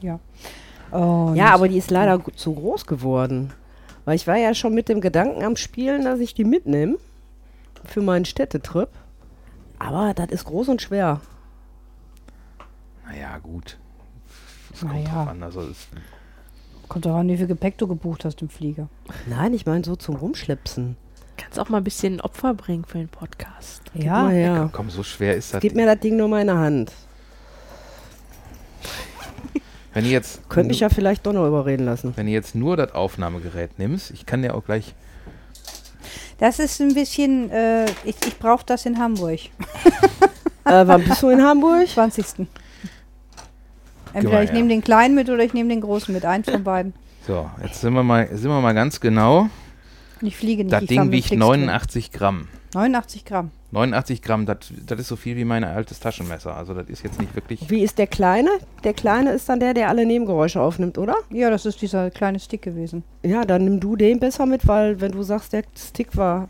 S3: Ja. Und
S2: Ja, aber die ist leider gu- zu groß geworden. Weil ich war ja schon mit dem Gedanken am Spielen, dass ich die mitnehme für meinen Städtetrip. Aber das ist groß und schwer.
S1: Naja, gut. Es
S3: Na
S1: kommt
S3: ja.
S1: drauf an. Also es,
S3: kommt doch an, wie viel Gepäck du gebucht hast im Flieger.
S2: Nein, ich meine so zum Rumschlipsen.
S4: Kannst auch mal ein bisschen Opfer bringen für den Podcast.
S2: Gib mal her.
S1: komm, so schwer ist das.
S2: Gib mir das Ding nur mal in der Hand.
S1: Wenn ihr jetzt,
S2: Könnte mich ja vielleicht doch noch überreden lassen.
S1: wenn ihr jetzt nur das Aufnahmegerät nimmst, ich kann dir auch gleich.
S3: Das ist ein bisschen, äh, ich, ich brauche das in Hamburg.
S2: äh, wann bist du in Hamburg?
S3: 20. Entweder
S1: Gemein,
S3: ich nehme
S1: ja.
S3: den kleinen mit oder ich nehme den großen mit. Eins von beiden.
S1: So, jetzt sind wir mal, sind wir mal ganz genau.
S3: Und ich fliege nicht.
S1: Das
S3: ich
S1: Ding
S3: sammle
S1: wiegt
S3: Klicks
S1: 89 Gramm.
S3: drin. 89 Gramm.
S1: 89 Gramm, das das ist so viel wie mein altes Taschenmesser. Also das ist jetzt nicht wirklich.
S2: Wie ist der Kleine? Der Kleine ist dann der, der alle Nebengeräusche aufnimmt, oder?
S3: Ja, das ist dieser kleine Stick gewesen.
S2: Ja, dann nimm du den besser mit, weil wenn du sagst, der Stick war.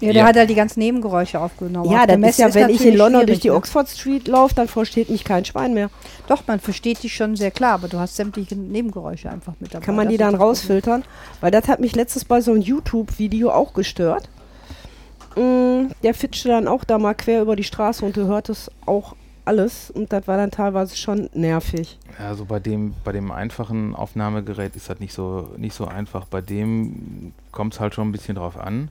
S3: Ja, der
S1: Ja.
S3: hat halt die ganzen Nebengeräusche aufgenommen.
S2: Ja,
S3: Auf der
S2: dann ist
S3: Messe
S2: ja, wenn ich in
S3: natürlich
S2: London durch
S3: schwierig,
S2: die
S3: ne?
S2: Oxford Street laufe, dann versteht mich kein Schwein mehr.
S3: Doch, man versteht dich schon sehr klar, aber du hast sämtliche Nebengeräusche einfach mit dabei.
S2: Kann man die
S3: Das
S2: dann
S3: ist das
S2: rausfiltern? Weil das hat mich letztes bei so einem YouTube-Video auch gestört. Mm, Der fitschte dann auch da mal quer über die Straße und du hörtest auch alles. Und das war dann teilweise schon nervig.
S1: Also bei dem, bei dem einfachen Aufnahmegerät ist das nicht so, nicht so einfach. Bei dem kommt es halt schon ein bisschen drauf an.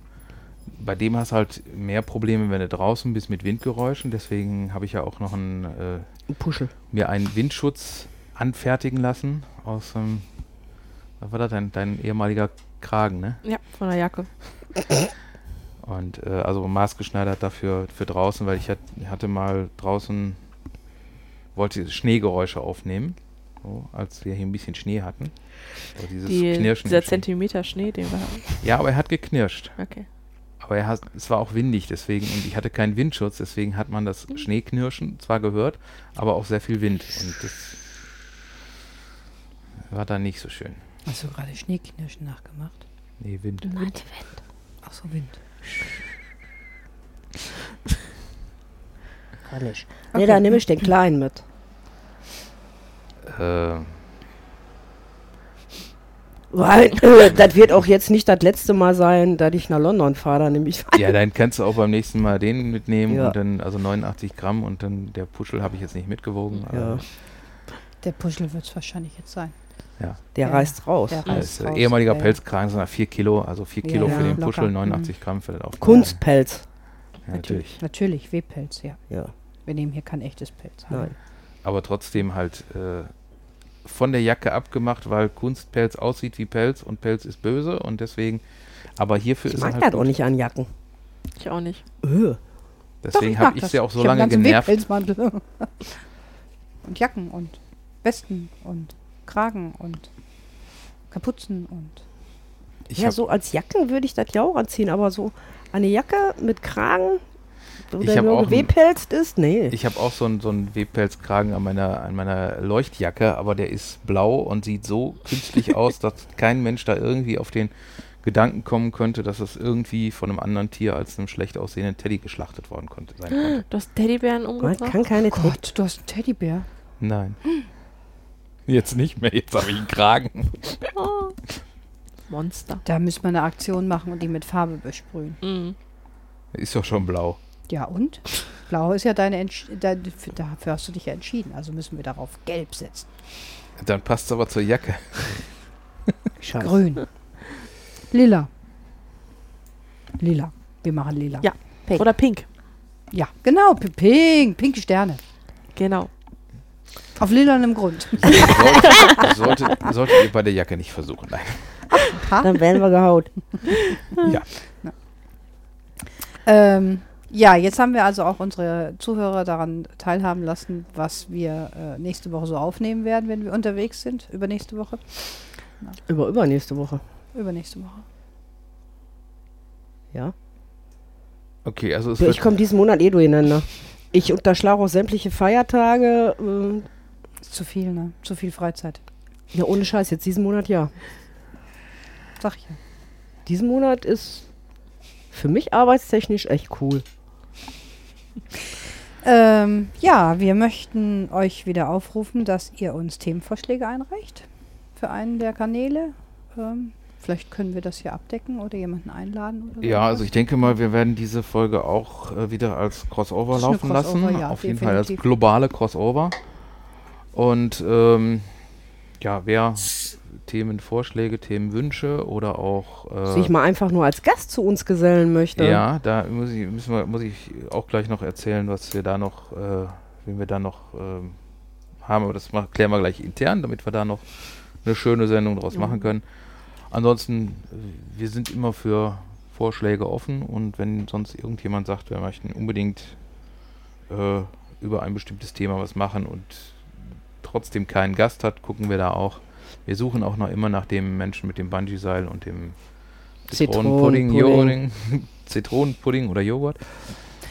S1: Bei dem hast du halt mehr Probleme, wenn du draußen bist mit Windgeräuschen. Deswegen habe ich ja auch noch einen, äh,
S2: Ein Puschel.
S1: mir einen Windschutz anfertigen lassen aus dem, was war das, dein, dein ehemaliger Kragen, ne?
S4: Ja, von der Jacke.
S1: Und äh, also maßgeschneidert dafür für draußen, weil ich hat, hatte mal draußen, wollte Schneegeräusche aufnehmen, so, als wir hier ein bisschen Schnee hatten. Also dieses
S4: Die,
S1: Knirschen.
S4: dieser
S1: im Schnee.
S4: Zentimeter Schnee, den wir haben.
S1: Ja, aber er hat geknirscht.
S4: Okay.
S1: Aber er hat, es war auch windig, deswegen, und ich hatte keinen Windschutz, deswegen hat man das Schneeknirschen zwar gehört, aber auch sehr viel Wind. Und das war dann nicht so schön.
S3: Hast du gerade Schneeknirschen nachgemacht?
S1: Nee, Wind.
S4: Hm.
S3: Ach so, Wind.
S2: Kann ich. Nee, dann nehme ich den Kleinen mit.
S1: Äh,
S2: Weil äh, das wird auch jetzt nicht das letzte Mal sein, dass ich nach London fahre. Dann nehme ich
S1: Ja, dann kannst du auch beim nächsten Mal den mitnehmen
S2: Ja.
S1: und dann, also 89 Gramm und dann der Puschel habe ich jetzt nicht mitgewogen. Also,
S2: Ja.
S1: Aber
S3: Der Puschel wird es wahrscheinlich jetzt sein.
S2: Der
S3: Ja.
S2: reißt raus.
S3: Der
S1: das
S3: reißt
S1: ist, äh,
S3: raus.
S1: ehemaliger
S3: Ja.
S1: Pelzkragen sind 4 Kilo, also 4
S3: Ja,
S1: Kilo
S2: ja,
S1: für den
S3: locker.
S1: Puschel, 89 Gramm für den Aufbau.
S2: Kunstpelz.
S1: Ja, natürlich.
S3: Natürlich, Webpelz, ja.
S2: Ja.
S3: Wir nehmen hier kein echtes Pelz.
S2: Nein.
S1: Aber trotzdem halt äh, von der Jacke abgemacht, weil Kunstpelz aussieht wie Pelz und Pelz ist böse und deswegen, aber hierfür
S2: Ich
S1: ist er
S2: mag
S1: halt
S2: das auch
S1: gut.
S2: nicht an Jacken.
S4: Ich auch nicht.
S2: Öh.
S1: Deswegen
S3: Doch, mag
S1: habe ich
S3: das.
S1: sie auch so
S3: hab
S1: lange
S3: einen ganzen
S1: genervt.
S3: Webpelzmantel. und Jacken und Westen und Kragen und Kapuzen und
S1: Ich
S2: Ja,
S1: hab-
S2: so als Jacken würde ich das ja auch anziehen, aber so eine Jacke mit Kragen, wo
S1: Ich
S2: der
S1: hab
S2: nur
S1: auch ein-
S2: gewepelzt ist, nee.
S1: Ich habe auch so einen so einen Webpelzkragen an meiner, an meiner Leuchtjacke, aber der ist blau und sieht so künstlich aus, dass kein Mensch da irgendwie auf den Gedanken kommen könnte, dass es irgendwie von einem anderen Tier als einem schlecht aussehenden Teddy geschlachtet worden konnte, sein konnte.
S4: Du hast Teddybären
S2: Man
S1: Oh
S4: umgebracht?
S2: kann keine Tech-
S3: Gott, du hast einen Teddybär.
S1: Nein. Jetzt nicht mehr, jetzt habe ich einen Kragen.
S4: Oh. Monster.
S3: Da müssen wir eine Aktion machen und die mit Farbe besprühen.
S4: Mhm.
S1: Ist doch schon blau.
S3: Ja und? Blau ist ja deine Entsch dein, für- dafür hast du dich ja entschieden, also müssen wir darauf gelb setzen.
S1: Dann passt es aber zur Jacke.
S2: Scheiße.
S3: Grün. Lila. Lila. Wir machen lila.
S4: Ja. Oder pink.
S3: Ja, genau, p- pink, pinke Sterne.
S4: Genau.
S3: Auf lilanem Grund.
S1: Sollte, sollte, solltet ihr bei der Jacke nicht versuchen. Nein.
S2: Dann werden wir gehaut.
S1: Ja.
S3: Ähm, ja, jetzt haben wir also auch unsere Zuhörer daran teilhaben lassen, was wir äh, nächste Woche so aufnehmen werden, wenn wir unterwegs sind. Übernächste Woche.
S2: Über übernächste Woche.
S3: Übernächste Woche.
S2: Ja.
S1: Okay, also es
S2: ja ich
S1: wird,
S2: komme diesen Monat eh durcheinander. Ich unterschlage auch sämtliche Feiertage. ähm,
S3: Ist zu viel, ne? Zu viel Freizeit.
S2: Ja, ohne Scheiß, jetzt diesen Monat ja.
S3: Sag ich ja.
S2: Diesen Monat ist für mich arbeitstechnisch echt cool.
S3: Ähm, ja, wir möchten euch wieder aufrufen, dass ihr uns Themenvorschläge einreicht für einen der Kanäle. Ähm, vielleicht können wir das hier abdecken oder jemanden einladen. Oder
S1: ja,
S3: so.
S1: also ich denke mal, wir werden diese Folge auch äh, wieder als Crossover
S3: Das ist eine
S1: laufen lassen.
S3: Crossover, ja,
S1: Auf jeden Fall als
S3: definitiv.
S1: globale Crossover. Und ähm, ja, wer Themenvorschläge, Themenwünsche oder auch äh,
S2: Sich mal einfach nur als Gast zu uns gesellen möchte.
S3: ne?
S1: Ja, da muss ich, müssen wir, muss ich auch gleich noch erzählen, was wir da noch, äh, wen wir da noch ähm, haben. Aber das mach, klären wir gleich intern, damit wir da noch eine schöne Sendung draus machen können. Ansonsten, äh, wir sind immer für Vorschläge offen und wenn sonst irgendjemand sagt, wir möchten unbedingt äh, über ein bestimmtes Thema was machen und trotzdem keinen Gast hat, gucken wir da auch. Wir suchen auch noch immer nach dem Menschen mit dem Bungee-Seil und dem Zitronenpudding,
S2: Zitronenpudding.
S1: Joghurt, Zitronenpudding oder Joghurt.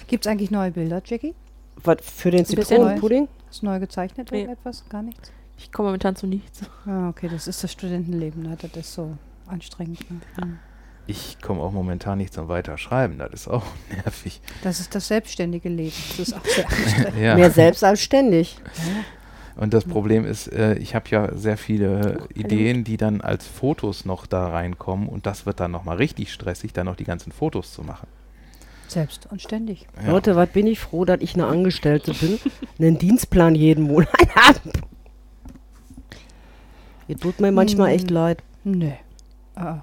S3: Gibt es eigentlich neue Bilder, Jackie?
S2: Was für den
S4: bisschen
S2: Zitronenpudding?
S3: Ist neu gezeichnet
S4: Nee.
S3: irgendetwas? Gar nichts?
S4: Ich komme momentan zu nichts.
S3: Ah, okay, das ist das Studentenleben, ne? das ist so anstrengend. Ne? Hm.
S1: Ich komme auch momentan nicht zum Weiterschreiben, das ist auch nervig.
S3: Das ist das selbstständige Leben, das ist auch sehr anstrengend.
S1: Ja.
S2: Mehr selbst als ständig.
S1: Und das Problem ist, äh, ich habe ja sehr viele Ideen, die dann als Fotos noch da reinkommen und das wird dann nochmal richtig stressig, dann noch die ganzen Fotos zu machen.
S3: Selbst und ständig.
S1: Ja.
S2: Leute, was bin ich froh, dass ich eine Angestellte bin, einen Dienstplan jeden Monat habe. Ihr tut mir manchmal
S1: Hm.
S2: echt leid.
S3: Nö. Ah,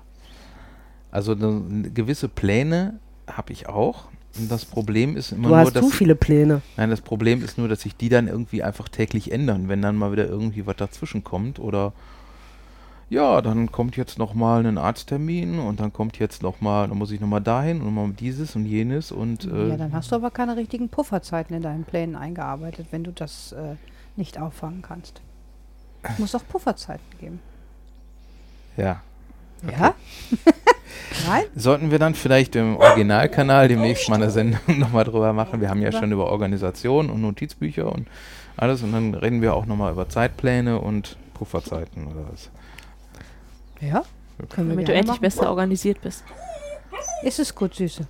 S1: Also ne, gewisse Pläne habe ich auch. Und das Problem ist immer
S2: Du
S1: nur,
S2: hast
S1: dass
S2: zu viele Pläne.
S1: Nein, das Problem ist nur, dass sich die dann irgendwie einfach täglich ändern, wenn dann mal wieder irgendwie was dazwischen kommt oder ja, dann kommt jetzt nochmal ein Arzttermin und dann kommt jetzt nochmal, dann muss ich nochmal dahin und mal dieses und jenes und äh,
S3: ja, dann hast du aber keine richtigen Pufferzeiten in deinen Plänen eingearbeitet, wenn du das äh, nicht auffangen kannst. Es muss doch Pufferzeiten geben.
S1: ja.
S3: Ja? Nein?
S1: Sollten wir dann vielleicht im Originalkanal demnächst mal eine Sendung nochmal drüber machen? Wir haben ja schon über Organisation und Notizbücher und alles und dann reden wir auch nochmal über Zeitpläne und Pufferzeiten oder was.
S3: Ja? Können wir
S4: Damit du
S3: gerne
S4: endlich
S3: machen.
S4: besser organisiert bist.
S3: Ist es gut, Süße?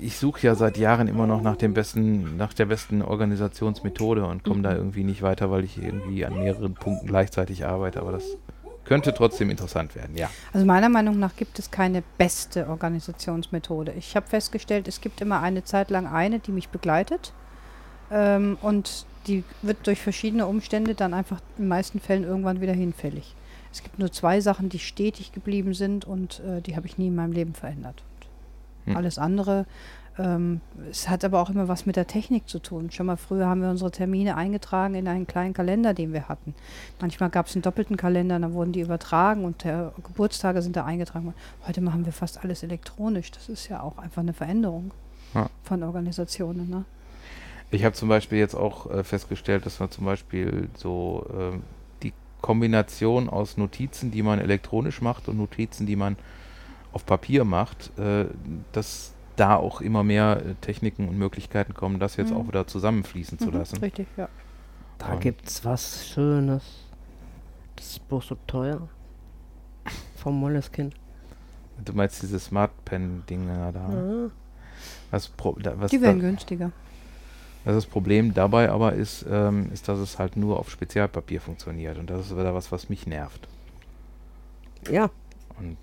S1: ich suche ja seit Jahren immer noch nach dem besten, nach der besten Organisationsmethode und komme da irgendwie nicht weiter, weil ich irgendwie an mehreren Punkten gleichzeitig arbeite. Aber das könnte trotzdem interessant werden, ja.
S3: Also meiner Meinung nach gibt es keine beste Organisationsmethode. Ich habe festgestellt, es gibt immer eine Zeit lang eine, die mich begleitet. Ähm, und die wird durch verschiedene Umstände dann einfach in den meisten Fällen irgendwann wieder hinfällig. Es gibt nur zwei Sachen, die stetig geblieben sind und äh, die habe ich nie in meinem Leben verändert. Und
S1: Hm.
S3: Alles andere, ähm, es hat aber auch immer was mit der Technik zu tun. Schon mal früher haben wir unsere Termine eingetragen in einen kleinen Kalender, den wir hatten. Manchmal gab es einen doppelten Kalender, dann wurden die übertragen und der Geburtstage sind da eingetragen worden. Heute machen wir fast alles elektronisch. Das ist ja auch einfach eine Veränderung
S1: Ja.
S3: von Organisationen. Ne?
S1: Ich habe zum Beispiel jetzt auch äh, festgestellt, dass man zum Beispiel so ähm, die Kombination aus Notizen, die man elektronisch macht und Notizen, die man auf Papier macht, äh, dass da auch immer mehr äh, Techniken und Möglichkeiten kommen, das jetzt
S3: Mhm.
S1: auch wieder zusammenfließen zu
S3: Mhm,
S1: lassen.
S3: Richtig, ja.
S2: Da
S1: Und-
S2: gibt's was Schönes. Das ist bloß so teuer. Vom Molleskind.
S1: Du meinst diese Smart Pen-Dinger da?
S2: Ja.
S1: Was, Pro da, was
S3: Mhm. Die
S1: da,
S3: werden günstiger.
S1: was das Problem dabei aber ist, ähm, ist, dass es halt nur auf Spezialpapier funktioniert. Und das ist wieder was, was mich nervt.
S2: ja.
S1: Und-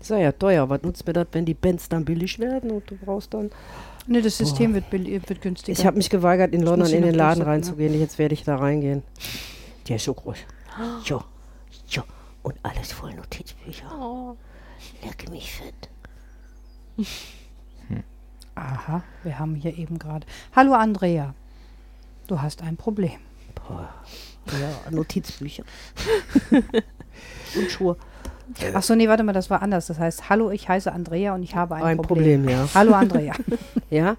S2: Ist ja, ja teuer. Was nutzt mir das, wenn die Bands dann billig werden und du brauchst dann.
S3: Nee, Ne, das System wird, bill- äh, wird günstiger.
S2: Oh. Ich habe mich geweigert, in London
S3: muss ich
S2: in den
S3: noch
S2: Laden
S3: durchsetzen,
S2: reinzugehen. Jetzt werde ich da reingehen. Der ist so groß. Jo, jo. Und alles voll Notizbücher.
S4: Oh.
S2: Leck mich fett.
S3: Aha, wir haben hier eben gerade. Hallo Andrea, du hast ein Problem.
S2: Ja, Notizbücher. und Schuhe.
S1: Äh.
S3: Ach so, nee, warte mal, das war anders. Das heißt, hallo, ich heiße Andrea und ich habe ein,
S2: Ein
S3: Problem.
S2: Problem, ja.
S3: Hallo Andrea.
S2: Ja.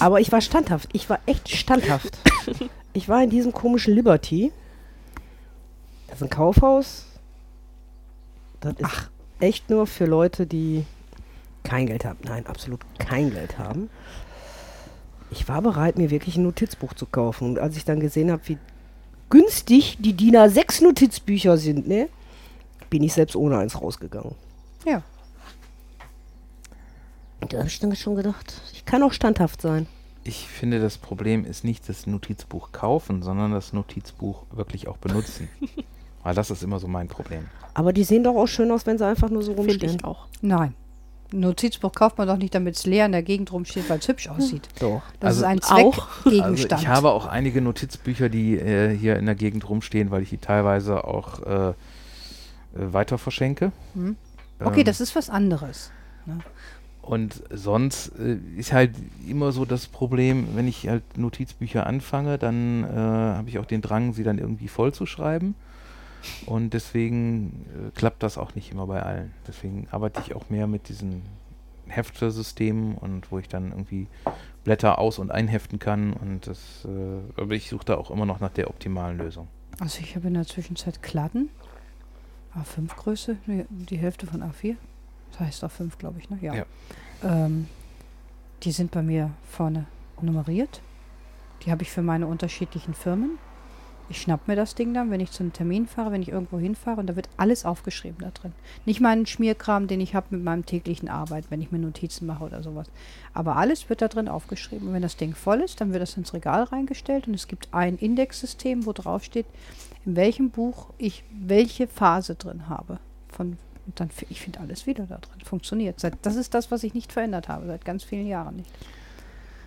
S2: Aber ich war standhaft. Ich war echt standhaft. Ich war in diesem komischen Liberty. Das ist ein Kaufhaus. Das ist echt nur für Leute, die kein Geld haben. Nein, absolut kein Geld haben. Ich war bereit, mir wirklich ein Notizbuch zu kaufen. Und als ich dann gesehen habe, wie günstig die DIN A6 Notizbücher sind, ne, bin ich selbst ohne eins rausgegangen.
S3: ja,
S2: Da habe ich dann schon gedacht, ich kann auch standhaft sein.
S1: Ich finde, das Problem ist nicht das Notizbuch kaufen, sondern das Notizbuch wirklich auch benutzen. Weil das ist immer so mein Problem.
S2: Aber die sehen doch auch schön aus, wenn sie einfach nur so
S4: Finde
S2: rumstehen.
S4: ich auch.
S3: nein. Ein Notizbuch kauft man doch nicht, damit es leer in der Gegend rumsteht, weil es hübsch aussieht.
S2: Doch.
S1: Also
S3: Das ist ein
S4: auch.
S1: Also
S3: Zweckgegenstand.
S1: ich habe auch einige Notizbücher, die äh, hier in der Gegend rumstehen, weil ich die teilweise auch äh, äh, weiter verschenke.
S3: Hm. okay,
S1: Ähm,
S3: das ist was anderes.
S1: Und sonst äh, ist halt immer so das Problem, wenn ich halt Notizbücher anfange, dann äh, habe ich auch den Drang, sie dann irgendwie voll zu schreiben. Und deswegen äh, klappt das auch nicht immer bei allen. Deswegen arbeite ich auch mehr mit diesen Heftersystemen und wo ich dann irgendwie Blätter aus- und einheften kann. Und das, äh, aber ich suche da auch immer noch nach der optimalen Lösung.
S3: Also ich habe in der Zwischenzeit Kladden. A5 Größe, nee, die Hälfte von A4. Das heißt A5, glaube ich, ne? Ja.
S1: Ja.
S3: Ähm, die sind bei mir vorne nummeriert. Die habe ich für meine unterschiedlichen Firmen. Ich schnapp mir das Ding dann, wenn ich zu einem Termin fahre, wenn ich irgendwo hinfahre und da wird alles aufgeschrieben da drin. Nicht meinen Schmierkram, den ich habe mit meinem täglichen Arbeit, wenn ich mir Notizen mache oder sowas. Aber alles wird da drin aufgeschrieben. Und wenn das Ding voll ist, dann wird das ins Regal reingestellt und es gibt ein Indexsystem, wo drauf steht, in welchem Buch ich welche Phase drin habe. Von, und dann, fi- ich finde alles wieder da drin. Funktioniert. Seit, das ist das, was ich nicht verändert habe, seit ganz vielen Jahren nicht.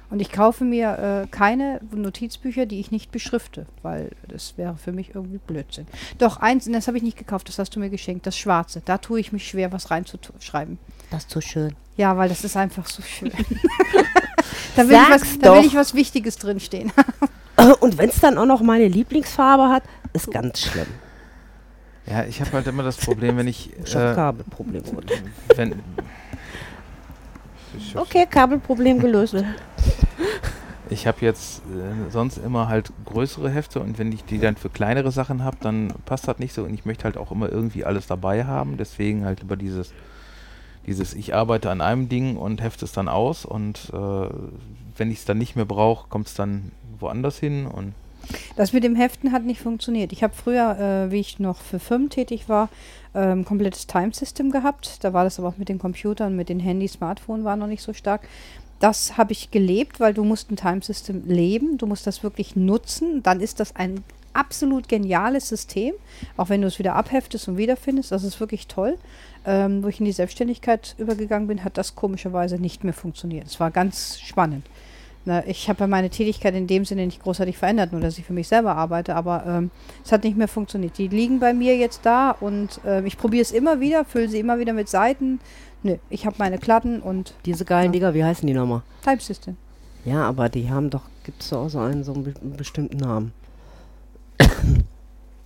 S3: Und ich kaufe mir äh, keine Notizbücher, die ich nicht beschrifte, weil das wäre für mich irgendwie Blödsinn. Doch, eins, und das habe ich nicht gekauft, das hast du mir geschenkt, das schwarze. Da tue ich mich schwer, was reinzuschreiben.
S2: Das ist so schön.
S3: Ja, weil das ist einfach so schön. da, will ich was,
S2: Sag's
S3: da will
S2: doch.
S3: ich was Wichtiges drinstehen.
S2: Und wenn es dann auch noch meine Lieblingsfarbe hat, ist ganz schlimm.
S1: Ja, ich habe halt immer das Problem, wenn ich.
S2: Schon
S1: Äh,
S2: Kabelproblem. oder?
S1: wenn, Ich-
S2: Okay, Kabelproblem gelöst.
S1: Ich habe jetzt äh, sonst immer halt größere Hefte und wenn ich die dann für kleinere Sachen habe, dann passt das nicht so und ich möchte halt auch immer irgendwie alles dabei haben. Deswegen halt über dieses, dieses ich arbeite an einem Ding und hefte es dann aus und äh, wenn ich es dann nicht mehr brauche, kommt es dann woanders hin und
S3: Das mit dem Heften hat nicht funktioniert. Ich habe früher, äh, wie ich noch für Firmen tätig war, ähm, komplettes Time-System gehabt. Da war das aber auch mit den Computern, mit den Handys, Smartphone war noch nicht so stark. Das habe ich gelebt, weil du musst ein Time-System leben, du musst das wirklich nutzen. Dann ist das ein absolut geniales System, auch wenn du es wieder abheftest und wiederfindest. Das ist wirklich toll. Ähm, wo ich in die Selbstständigkeit übergegangen bin, hat das komischerweise nicht mehr funktioniert. Es war ganz spannend. Na, ich habe ja meine Tätigkeit in dem Sinne nicht großartig verändert, nur dass ich für mich selber arbeite, aber ähm, es hat nicht mehr funktioniert. Die liegen bei mir jetzt da und ähm, ich probiere es immer wieder, fülle sie immer wieder mit Seiten. Nö, ich habe meine Klatten und
S2: Diese geilen Digger, wie heißen die nochmal?
S3: Type System.
S2: Ja, aber die haben doch, gibt es auch so einen, so einen be- bestimmten Namen.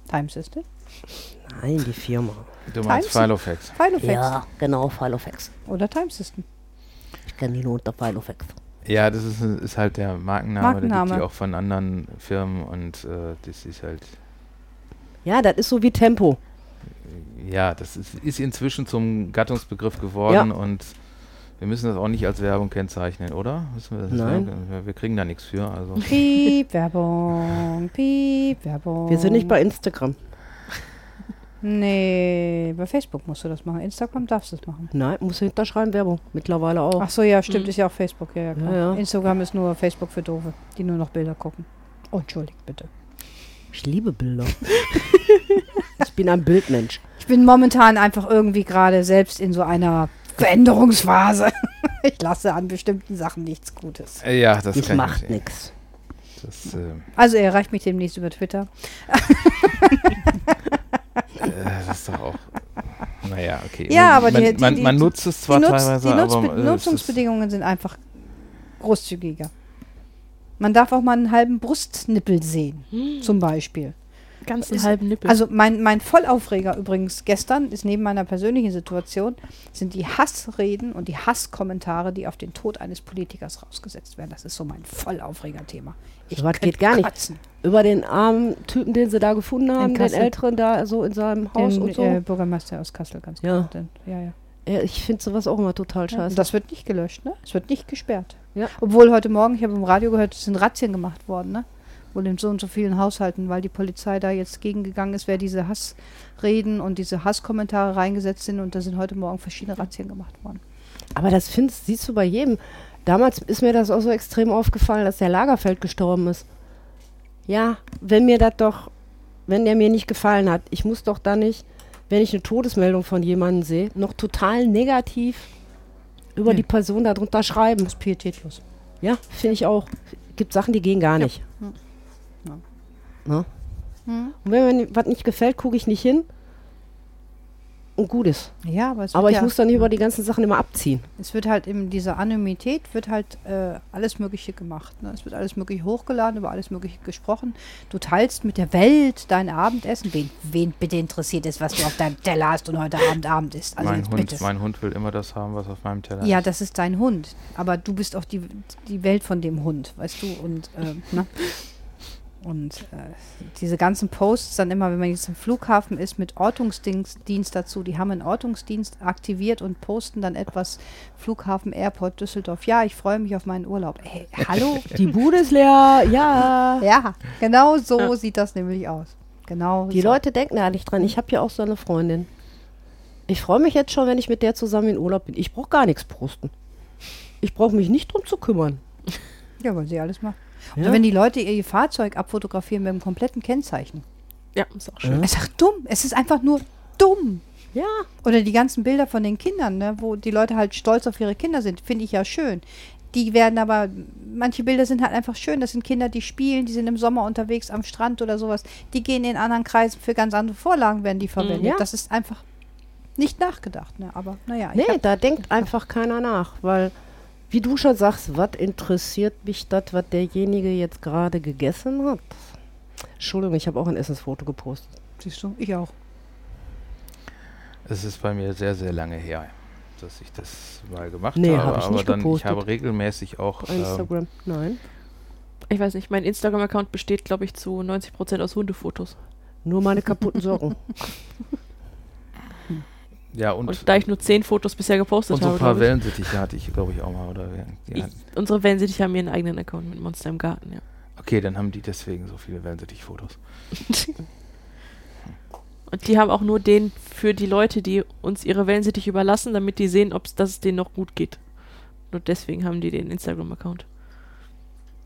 S3: Time System?
S2: Nein, die Firma.
S1: du
S3: meinst Time-
S1: Filofax.
S3: Filofax
S2: genau, Filofax.
S3: oder Time System.
S2: Ich kenne die nur unter Filofax.
S1: Ja, das ist, ist halt der Markenname, der gibt die
S3: Markenname.
S1: auch von anderen Firmen und äh, das ist halt,
S2: Ja, das ist so wie Tempo.
S1: ja, das ist, ist inzwischen zum Gattungsbegriff geworden und wir müssen das auch nicht als Werbung kennzeichnen, oder? Müssen wir, das als
S2: Nein.
S1: Werbung- wir, wir kriegen da nichts für. Also.
S3: Piep, Werbung, Piep, Werbung.
S2: Wir sind nicht bei Instagram.
S3: Nee, bei Facebook musst du das machen. Instagram darfst du es machen.
S2: Nein, muss hinterschreiben, Werbung. Mittlerweile auch.
S3: Ach so, ja, stimmt, ist ja auch Facebook. Ja, ja, klar.
S2: Ja, Mhm. ja.
S3: Instagram ist nur Facebook für Doofe, die nur noch Bilder gucken. Oh, entschuldigt bitte.
S2: Ich liebe Bilder. ich bin ein Bildmensch.
S3: Ich bin momentan einfach irgendwie gerade selbst in so einer Veränderungsphase. Ich lasse an bestimmten Sachen nichts Gutes.
S1: Äh, Ja, das
S2: Das
S1: kann
S2: macht
S1: ich nicht.
S2: nichts.
S1: Das, äh,
S3: Also er erreicht mich demnächst über Twitter.
S1: äh, das ist doch auch. Naja, okay.
S3: Ja,
S1: man,
S3: aber die-
S1: man,
S3: die-
S1: man,
S3: die-
S1: man nutzt es zwar
S3: die Nutz-
S1: teilweise,
S3: die Nutz
S1: aber. äh, es ist-
S3: Nutzungsbedingungen sind einfach großzügiger. Man darf auch mal einen halben Brustnippel sehen,
S2: Hm.
S3: zum Beispiel.
S4: Ganz einen halben Nippel.
S3: Also mein, mein Vollaufreger übrigens gestern ist neben meiner persönlichen Situation, sind die Hassreden und die Hasskommentare, die auf den Tod eines Politikers rausgesetzt werden. Das ist so mein Vollaufreger-Thema.
S2: So was geht gar nicht.
S3: kotzen.
S2: Über den armen Typen, den sie da gefunden haben, den
S3: Kassel.
S2: Älteren da so in seinem Haus
S3: Den
S2: und so.
S3: äh, Bürgermeister aus Kassel, ganz
S2: Ja.
S3: genau. Den, ja, ja.
S2: Ja, ich finde sowas auch immer total
S3: Ja,
S2: scheiße.
S3: Das wird nicht gelöscht, ne? Es wird nicht gesperrt.
S2: Ja.
S3: Obwohl heute Morgen, ich habe im Radio gehört, es sind Razzien gemacht worden, ne? Wohl in so und so vielen Haushalten, weil die Polizei da jetzt gegengegangen ist, wer diese Hassreden und diese Hasskommentare reingesetzt sind und da sind heute Morgen verschiedene Razzien gemacht worden.
S2: Aber das findest, siehst du bei jedem. Damals ist mir das auch so extrem aufgefallen, dass der Lagerfeld gestorben ist. Ja, wenn mir das doch, wenn der mir nicht gefallen hat, ich muss doch dann nicht, wenn ich eine Todesmeldung von jemandem sehe, noch total negativ über
S3: Nee.
S2: die Person darunter schreiben.
S3: Das ist pietätlos.
S2: Ja, finde ich auch. Gibt Sachen, die gehen gar nicht.
S3: Ja.
S2: Ne?
S3: Hm?
S2: Und wenn mir was nicht gefällt, gucke ich nicht hin. Und gut ist.
S3: Ja, aber es wird,
S2: Aber
S3: ja,
S2: ich muss dann nicht über die ganzen Sachen immer abziehen.
S3: es wird halt in dieser Anonymität wird halt äh, alles Mögliche gemacht. Ne? Es wird alles Mögliche hochgeladen, über alles Mögliche gesprochen. Du teilst mit der Welt dein Abendessen. Wen, wen bitte interessiert es, was du auf deinem Teller hast und heute Abend Abend isst? Also
S1: mein,
S3: jetzt
S1: Hund,
S3: bitte.
S1: mein Hund will immer das haben, was auf meinem Teller
S3: Ja,
S1: ist.
S3: das ist dein Hund. Aber du bist auch die, die Welt von dem Hund, weißt du? Und, äh, ne? Und äh, diese ganzen Posts dann immer, wenn man jetzt im Flughafen ist, mit Ortungsdienst Dienst dazu, die haben einen Ortungsdienst aktiviert und posten dann etwas Flughafen Airport Düsseldorf. Ja, ich freue mich auf meinen Urlaub. Hey, hallo?
S2: Die Bude ist leer, ja.
S3: ja, genau so sieht das nämlich aus. Genau.
S2: Die
S3: so.
S2: Leute denken da nicht dran. Ich habe ja auch so eine Freundin. Ich freue mich jetzt schon, wenn ich mit der zusammen in Urlaub bin. Ich brauche gar nichts posten. Ich brauche mich nicht drum zu kümmern.
S3: Ja, weil sie alles machen.
S2: Ja.
S3: Oder wenn die Leute ihr Fahrzeug abfotografieren mit einem kompletten Kennzeichen.
S4: ja, ist auch schön.
S3: Es ist dumm. Es ist einfach nur dumm.
S2: Ja.
S3: Oder die ganzen Bilder von den Kindern, ne, wo die Leute halt stolz auf ihre Kinder sind, finde ich ja schön. Die werden aber, manche Bilder sind halt einfach schön. Das sind Kinder, die spielen, die sind im Sommer unterwegs am Strand oder sowas. Die gehen in anderen Kreisen für ganz andere Vorlagen, werden die verwendet.
S2: Ja.
S3: Das ist einfach nicht nachgedacht, ne? Aber naja, ich
S2: Nee,
S3: hab,
S2: da denkt einfach keiner nach, weil, wie du schon sagst, was interessiert mich das, was derjenige jetzt gerade gegessen hat? Entschuldigung, ich habe auch ein Essensfoto gepostet.
S3: siehst du, ich auch.
S1: Es ist bei mir sehr, sehr lange her, dass ich das mal gemacht
S2: Nee,
S1: habe.
S2: hab ich
S1: aber
S2: nicht
S1: dann,
S2: gepostet.
S1: ich habe regelmäßig auch
S2: Auf
S1: ähm,
S2: Instagram. Nein.
S4: Ich weiß nicht, mein Instagram-Account besteht, glaube ich, zu 90% aus Hundefotos.
S2: Nur meine kaputten Socken.
S1: ähm, ja und,
S4: Und, da ich nur 10 Fotos bisher gepostet
S1: und so ein
S4: habe,
S1: paar
S4: glaub ich,
S1: Wellensittiche hatte ich, glaube ich, auch mal. Oder wir- die hatten-
S4: ich, unsere Wellen sind, haben ihren eigenen Account mit Monster im Garten, ja.
S1: Okay, dann haben die deswegen so viele Wellensittich-Fotos.
S4: Und die haben auch nur den für die Leute, die uns ihre Wellensittich überlassen, damit die sehen, ob es denen noch gut geht. Nur deswegen haben die den Instagram-Account.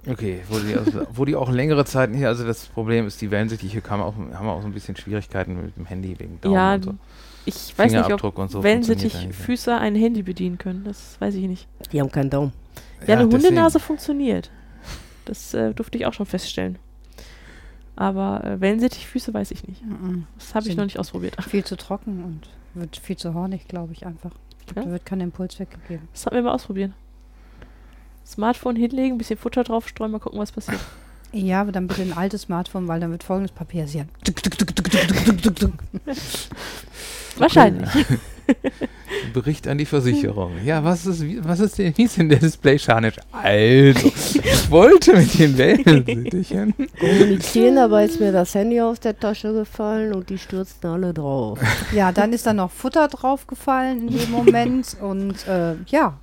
S1: Okay, wo die, also, wo die auch längere Zeit nicht, also das Problem ist, die Wellensittiche kamen auch, haben auch so ein bisschen Schwierigkeiten mit dem Handy wegen Daumen
S4: Ja,
S1: und so.
S4: Ich weiß nicht, ob
S1: Fingerabdruck und so funktioniert da
S4: Wellensittich
S1: nicht.
S4: Füße ein Handy bedienen können. Das weiß ich nicht.
S2: Die haben keinen Daumen.
S4: Ja, eine
S1: deswegen.
S4: Hundenase funktioniert. Das äh, durfte ich auch schon feststellen. Aber äh, Wellensittich Füße weiß ich nicht.
S3: Mhm.
S4: Das habe ich
S3: Sind-
S4: noch nicht ausprobiert.
S3: Viel zu trocken und wird viel zu hornig, glaube ich, einfach. Ich glaub,
S4: Ja.
S3: Da wird kein Impuls weggegeben.
S4: Das sollten wir mal ausprobieren. Smartphone hinlegen, bisschen Futter draufstreuen, mal gucken, was passiert.
S3: Ja, aber dann bitte ein altes Smartphone, weil dann wird folgendes Papier sehen.
S4: Wahrscheinlich.
S1: Bericht an die Versicherung. Ja, was ist, wie- was ist denn, wie ist denn der Display scharnisch? Also, ich wollte mit den Wellensittichen.
S2: Kommunizieren, dabei ist mir das Handy aus der Tasche gefallen und die stürzten alle drauf.
S3: Ja, dann ist dann noch Futter draufgefallen in dem Moment und äh, ja,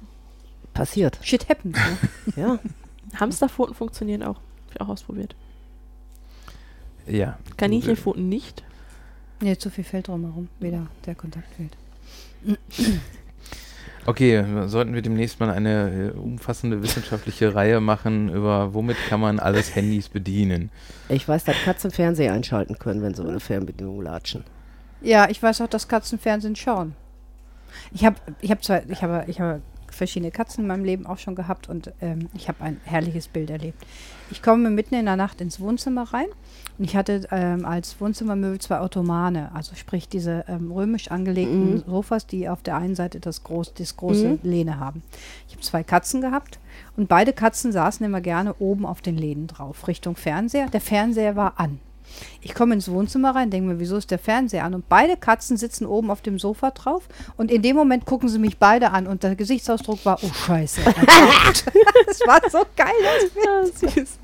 S2: Passiert,
S3: shit happens. Ne?
S2: ja.
S4: Hamsterpfoten funktionieren auch. Habe ich auch ausprobiert.
S1: Ja.
S4: Kaninchenpfoten nicht.
S3: Nee, zu viel fällt drumherum, wieder der Kontakt fehlt.
S1: Okay, sollten wir demnächst mal eine äh, umfassende wissenschaftliche Reihe machen über, womit kann man alles Handys bedienen?
S2: Ich weiß, dass Katzen Fernseher einschalten können, wenn sie ohne Fernbedienung latschen.
S3: Ja, ich weiß auch, dass Katzen Fernsehen schauen. Ich habe ich hab zwar, ich habe ich habe verschiedene Katzen in meinem Leben auch schon gehabt und ähm, ich habe ein herrliches Bild erlebt. Ich komme mitten in der Nacht ins Wohnzimmer rein und ich hatte ähm, als Wohnzimmermöbel zwei Ottomane, also sprich diese ähm, römisch angelegten
S2: Mhm.
S3: Sofas, die auf der einen Seite das, groß, das große
S2: Mhm.
S3: Lehne haben. Ich habe zwei Katzen gehabt und beide Katzen saßen immer gerne oben auf den Lehnen drauf, Richtung Fernseher. Der Fernseher war an. Ich komme ins Wohnzimmer rein, denke mir, wieso ist der Fernseher an? Und beide Katzen sitzen oben auf dem Sofa drauf und in dem Moment gucken sie mich beide an und der Gesichtsausdruck war, oh Scheiße. das war so geil.
S4: Ja, süß.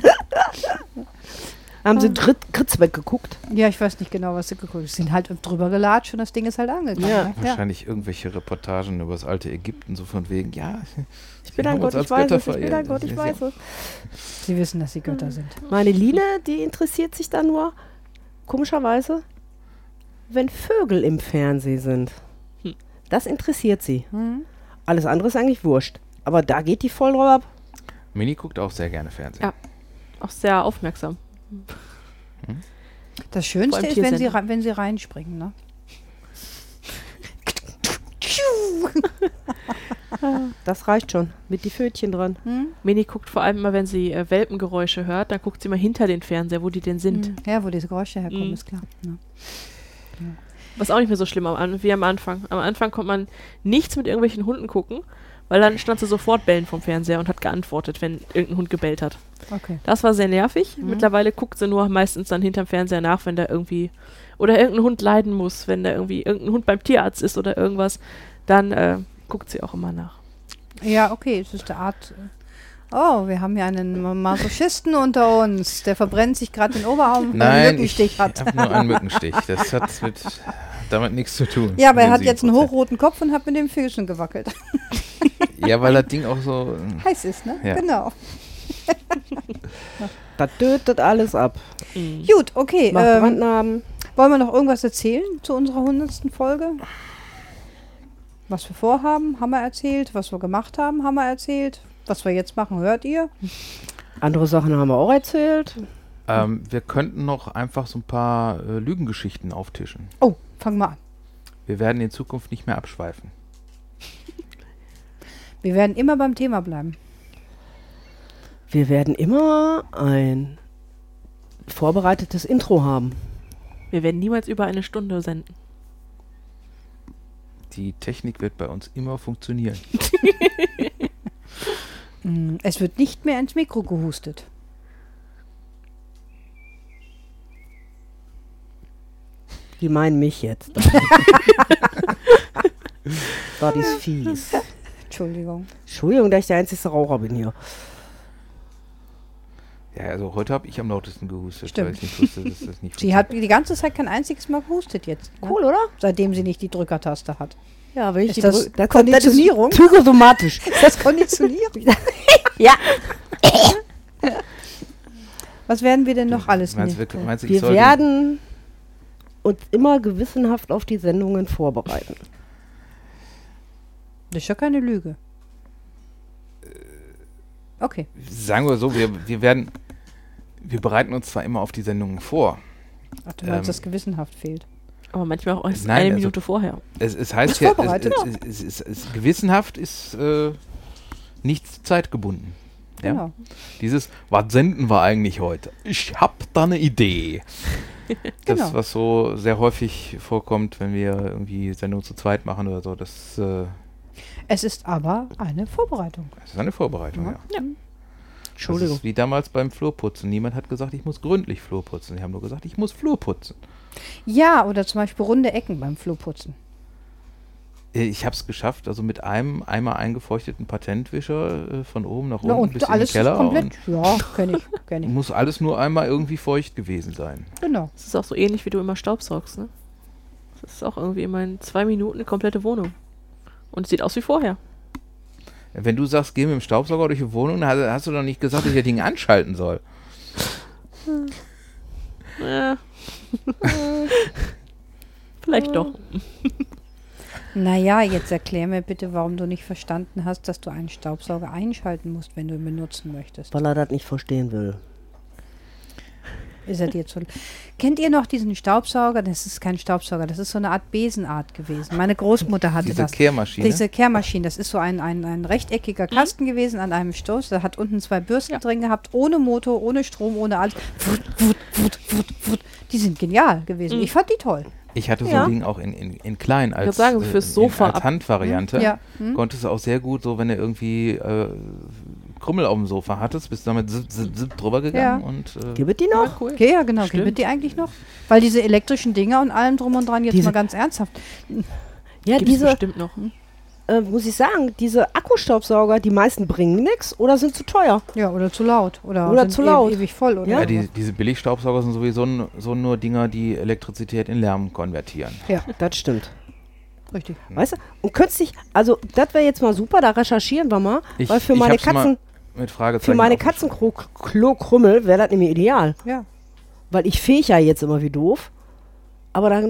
S2: Haben sie dritt Kritz weggeguckt?
S3: Ja, ich weiß nicht genau, was sie geguckt haben. Sie sind halt drüber gelatscht und das Ding ist halt angegangen.
S2: Ja.
S3: ne?
S1: Wahrscheinlich irgendwelche Reportagen über das alte Ägypten, so von wegen, ja.
S2: Ich bin ein Gott, ich weiß es. Ich bin ein Gott, ich weiß es.
S3: Sie wissen, dass sie
S4: Mhm.
S3: Götter sind.
S2: Meine Line, die interessiert sich da nur, komischerweise, wenn Vögel im Fernsehen sind.
S4: Hm.
S2: Das interessiert sie.
S3: Hm?
S2: Alles andere ist eigentlich wurscht. Aber da geht die voll drauf ab.
S1: Mini guckt auch sehr gerne Fernsehen.
S4: Ja. Auch sehr aufmerksam.
S3: Das
S4: Vor
S3: Schönste
S4: allem
S3: ist, wenn sie,
S4: Tiersender.
S3: rein- wenn sie reinspringen. Ne?
S2: Das reicht schon. Mit die Fötchen dran.
S3: Hm?
S4: Mini guckt vor allem immer, wenn sie äh, Welpengeräusche hört, dann guckt sie mal hinter den Fernseher, wo die denn sind.
S3: Hm. Ja, wo diese Geräusche herkommen,
S4: Mhm.
S3: ist klar. Ne?
S4: Was auch nicht mehr so schlimm am, An- wie am Anfang. Am Anfang konnte man nichts mit irgendwelchen Hunden gucken, weil dann stand sie sofort bellen vom Fernseher und hat geantwortet, wenn irgendein Hund gebellt hat.
S3: Okay.
S4: Das war sehr nervig. Mittlerweile guckt sie nur meistens dann hinterm Fernseher nach, wenn da irgendwie oder irgendein Hund leiden muss, wenn da irgendwie irgendein Hund beim Tierarzt ist oder irgendwas, dann äh, guckt sie auch immer nach.
S3: Ja, okay, es ist der Art. Oh, wir haben hier einen Masochisten unter uns. Der verbrennt sich gerade den Oberarm, weil er einen
S1: Nein, ich
S3: Mückenstich hat.
S1: habe nur einen Mückenstich. Das hat mit, damit nichts zu tun.
S3: Ja, aber
S1: Mit
S3: er
S1: den
S3: hat jetzt einen
S1: 7%.
S3: hochroten Kopf und hat mit den Füßen gewackelt.
S1: Ja, weil das Ding auch so.
S3: Heiß ist, ne?
S1: Ja.
S3: Genau.
S2: Das tötet alles ab.
S3: Gut, okay.
S2: Macht
S3: Ähm,
S2: Brandnarben.
S3: wollen wir noch irgendwas erzählen zu unserer hundertsten Folge? Was wir vorhaben, haben wir erzählt. Was wir gemacht haben, haben wir erzählt. Was wir jetzt machen, hört ihr.
S2: Andere Sachen haben wir auch erzählt.
S1: Ähm, wir könnten noch einfach so ein paar äh, Lügengeschichten auftischen.
S3: Oh, fangen wir an.
S1: Wir werden in Zukunft nicht mehr abschweifen.
S3: Wir werden immer beim Thema bleiben.
S2: Wir werden immer ein vorbereitetes Intro haben.
S4: Wir werden niemals über eine Stunde senden.
S1: Die Technik wird bei uns immer funktionieren.
S3: Mm, Es wird nicht mehr ins Mikro gehustet.
S2: Die meinen mich jetzt. War dies fies.
S3: Entschuldigung.
S2: Entschuldigung, dass ich der einzige Raucher bin hier.
S1: Ja, also heute habe ich am lautesten gehustet, weil
S3: Stimmt.
S1: ich nicht wusste, dass das nicht
S3: Sie hat die ganze Zeit kein einziges Mal gehustet jetzt. ne?
S2: Cool, oder?
S3: Seitdem sie nicht die Drückertaste hat.
S2: Ja, wenn ich
S3: Ist
S2: die
S3: das
S2: Brü- das
S3: Konditionierung?
S2: Das ist psychosomatisch.
S3: Ist das konditioniert?
S2: Ja.
S3: Was werden wir denn noch alles
S1: Hm, meinst,
S3: nicht?
S1: du- meinst, du, ich
S2: Wir
S1: soll den-
S2: werden uns immer gewissenhaft auf die Sendungen vorbereiten.
S3: Das ist ja keine Lüge.
S1: Äh,
S3: Okay.
S1: Sagen wir so, wir, wir werden. Wir bereiten uns zwar immer auf die Sendungen vor.
S3: Ach, du meinst,
S1: Ähm,
S3: das gewissenhaft fehlt.
S4: Aber manchmal auch erst
S1: Nein,
S4: eine
S1: also-
S4: Minute vorher.
S1: Es, es heißt
S3: Ist
S1: ja, es,
S3: vorbereitet.
S1: es, es, es, es, gewissenhaft ist äh, nicht zeitgebunden. Ja?
S3: Genau.
S1: Dieses, was senden wir eigentlich heute? Ich hab da eine Idee. Das,
S3: Genau.
S1: was so sehr häufig vorkommt, wenn wir irgendwie Sendung zu zweit machen oder so, das, äh,
S3: Es ist aber eine Vorbereitung.
S1: das ist eine Vorbereitung,
S3: Mhm.
S1: ja. Das
S2: Entschuldigung.
S1: ist wie damals beim Flurputzen. Niemand hat gesagt, ich muss gründlich Flur putzen. Die haben nur gesagt, ich muss Flur putzen.
S3: Ja, oder zum Beispiel runde Ecken beim Flurputzen.
S1: Äh, Ich habe es geschafft, also mit einem einmal eingefeuchteten Patentwischer äh, von oben nach unten
S3: Na,
S1: bis
S3: und
S1: in den
S3: alles
S1: Keller.
S3: komplett. Ja, kenne ich,
S1: und
S3: kenne ich.
S1: muss alles nur einmal irgendwie feucht gewesen sein.
S3: Genau.
S4: Das ist auch so ähnlich, wie du immer Staubsaugst, ne? Das ist auch irgendwie immer in zwei Minuten eine komplette Wohnung. Und es sieht aus wie vorher.
S1: Wenn du sagst, geh mit dem Staubsauger durch die Wohnung, dann hast- hast du doch nicht gesagt, dass ich das Ding anschalten soll.
S4: Äh. Vielleicht doch.
S3: Naja, jetzt erklär mir bitte, warum du nicht verstanden hast, dass du einen Staubsauger einschalten musst, wenn du ihn benutzen möchtest.
S2: Weil er das nicht verstehen will.
S3: Ist er dir zu. Kennt ihr noch diesen Staubsauger? Das ist kein Staubsauger, das ist so eine Art Besenart gewesen. Meine Großmutter hatte
S1: Diese
S3: das.
S1: Kehrmaschine.
S3: Diese Kehrmaschine, das ist so ein, ein, ein rechteckiger Kasten gewesen an einem Stoß. Da hat unten zwei Bürsten
S4: Mhm. Ja.
S3: drin gehabt, ohne Motor, ohne Strom, ohne alles. Wut, wut, wut, wut, wut. Die sind genial
S4: Mhm.
S3: gewesen. Ich fand die toll.
S1: Ich hatte so
S2: Ja.
S1: ein Ding auch in, in, in klein als, äh,
S4: sagen, fürs
S1: in-
S4: Sofa
S1: als
S4: ab-
S1: Handvariante.
S3: Hm? Ja.
S1: Konntest du auch sehr gut, so wenn du irgendwie äh, Krümmel auf dem Sofa hattest, bist du damit zip, zip, zip drüber gegangen
S3: Ja.
S1: und äh,
S2: Gibt es die noch?
S4: cool.
S3: Okay, ja, genau. Gibt es
S4: Stimmt.
S3: die eigentlich noch? Weil diese elektrischen Dinger und allem drum und dran, jetzt
S2: Diese-
S3: mal ganz ernsthaft.
S2: Ja,
S4: Gibt's
S2: diese,
S4: bestimmt noch.
S2: äh, muss ich sagen, diese Akkustaubsauger, die meisten bringen nichts oder sind zu teuer.
S3: Ja, oder zu laut. Oder,
S2: Oder
S3: sind
S2: zu laut.
S3: E ewig voll. Oder
S2: Ja.
S1: ja,
S3: so.
S1: die, diese Billigstaubsauger sind sowieso n- so nur Dinger, die Elektrizität in Lärm konvertieren.
S3: ja,
S2: Das stimmt.
S3: richtig.
S1: Hm.
S2: Weißt du? Und künstlich, also das wäre jetzt mal super, da recherchieren wir mal.
S1: Ich-
S2: weil für
S1: ich
S2: meine
S1: hab's mal
S2: Katzen,
S1: Mit Fragezeichen.
S2: für meine
S1: auf dem
S2: Katzenklo-Krümmel wäre das nämlich ideal.
S3: Ja.
S2: Weil ich fähig ja jetzt immer wie doof. Aber dann,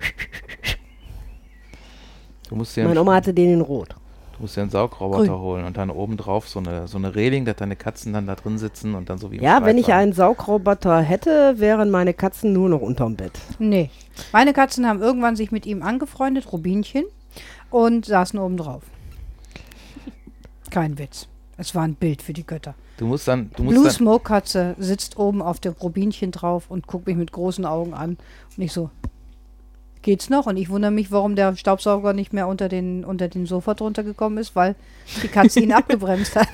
S1: Sch- Du musst dir einen,
S2: meine Oma hatte den in Rot.
S1: du musst dir einen Saugroboter
S3: Grün.
S1: holen und dann oben drauf so eine, so eine Reling, dass deine Katzen dann da drin sitzen und dann so wie im
S2: Ja, wenn ich
S1: Streitwagen.
S2: einen Saugroboter hätte, wären meine Katzen nur noch unterm Bett.
S3: Nee. Meine Katzen haben irgendwann sich mit ihm angefreundet, Rubinchen, und saßen oben drauf. Kein Witz. Es war ein Bild für die Götter.
S1: Du musst dann. Du musst
S3: Blue
S1: dann
S3: Smoke Katze sitzt oben auf dem Rubinchen drauf und guckt mich mit großen Augen an. Und ich so, geht's noch? Und ich wundere mich, warum der Staubsauger nicht mehr unter den, unter den Sofa drunter gekommen ist, weil die Katze ihn abgebremst hat.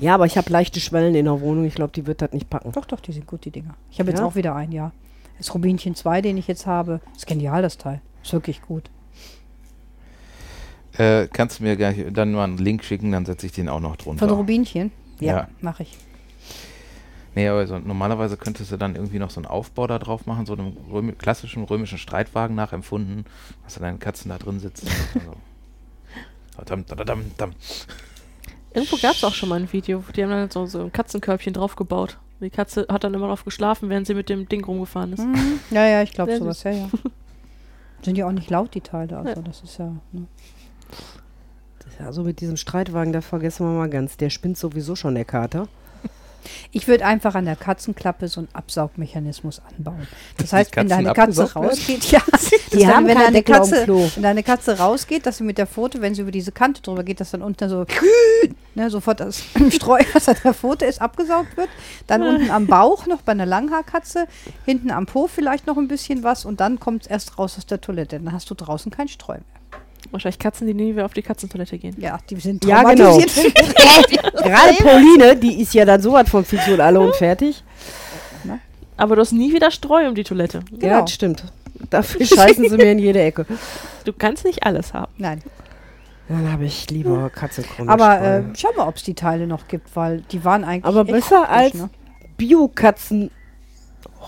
S2: Ja, aber ich habe leichte Schwellen in der Wohnung. Ich glaube, die wird das nicht packen.
S3: Doch, doch, die sind gut, die Dinger. Ich habe jetzt
S2: Ja?
S3: auch wieder ein, ja. Das Rubinchen 2, den ich jetzt habe, ist genial, das Teil. Ist wirklich gut.
S1: äh, kannst du mir gleich dann mal einen Link schicken, dann setze ich den auch noch drunter.
S3: Von Rubinchen?
S1: Ja.
S3: Ja, mache ich.
S1: Nee, aber so, normalerweise könntest du dann irgendwie noch so einen Aufbau da drauf machen, so einem römi klassischen römischen Streitwagen nachempfunden, dass da deine Katzen da drin sitzen. Also. Dadam, dadadam, dam.
S4: Irgendwo gab es auch schon mal ein Video, die haben dann so, so ein Katzenkörbchen draufgebaut. Die Katze hat dann immer drauf geschlafen, während sie mit dem Ding rumgefahren ist.
S3: Ja, ja, ich glaube
S4: Sehr
S3: sowas, ja, ja. Sind ja auch nicht laut, die Teile, also das ist ja. Ne.
S2: Also mit diesem Streitwagen, da vergessen wir mal ganz. Der spinnt sowieso schon, der Kater.
S3: Ich würde einfach an der Katzenklappe so einen Absaugmechanismus anbauen. Das
S1: die
S3: heißt,
S1: Katzen
S3: wenn deine Katze
S1: abgesaugt werden?
S3: rausgeht, ja,
S2: Die haben
S3: wenn,
S2: keinen
S3: deine
S2: Deckel auf dem
S3: Katze,
S2: Klo.
S3: wenn deine Katze rausgeht, dass sie mit der Pfote, wenn sie über diese Kante drüber geht, dass dann unten so ne, sofort das Streu, was an der Pfote ist, abgesaugt wird. Dann unten am Bauch noch bei einer Langhaarkatze, hinten am Po vielleicht noch ein bisschen was und dann kommt es erst raus aus der Toilette. Dann hast du draußen kein Streu mehr.
S4: Wahrscheinlich Katzen, die nie wieder auf die Katzentoilette gehen.
S3: Ja, die sind
S2: Ja, genau.
S3: traumatisiert.
S2: Gerade Pauline, die ist ja dann sowas von fix und alle und fertig.
S4: Aber du hast nie wieder Streu um die Toilette.
S2: Ja,
S3: Genau.
S2: das stimmt. Dafür scheißen sie mir in jede Ecke.
S4: Du kannst nicht alles haben.
S3: Nein,
S2: Dann habe ich lieber Katzenkrone.
S3: Hm. aber äh, schau mal, ob es die Teile noch gibt, weil die waren eigentlich.
S2: Aber
S3: echt
S2: besser als
S3: praktisch, ne?
S2: Bio-Katzen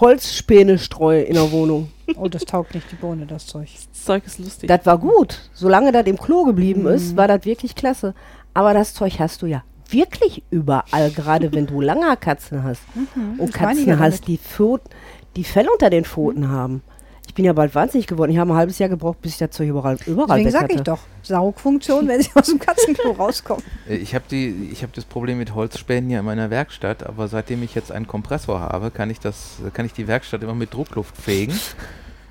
S2: Holzspänestreu in der Wohnung.
S3: Oh, das taugt nicht die Bohne, das Zeug.
S4: Das Zeug ist lustig.
S2: Das war gut. Solange das im Klo geblieben
S3: Mhm.
S2: ist, war das wirklich klasse. Aber das Zeug hast du ja wirklich überall, gerade wenn du langer Katzen hast. Und
S3: Mhm. das meine ich ja Mhm.
S2: Katzen hast, die, Pfoten, die Fell unter den Pfoten haben. Ich bin ja bald wahnsinnig geworden. Ich habe ein halbes Jahr gebraucht, bis ich das Zeug überall, überall
S3: Deswegen
S2: weg
S3: sage
S2: hatte.
S3: ich doch, Saugfunktion, wenn sie aus dem Katzenklo rauskommen.
S1: Äh, Ich habe hab das Problem mit Holzspänen hier in meiner Werkstatt, aber seitdem ich jetzt einen Kompressor habe, kann ich, das, kann ich die Werkstatt immer mit Druckluft fegen.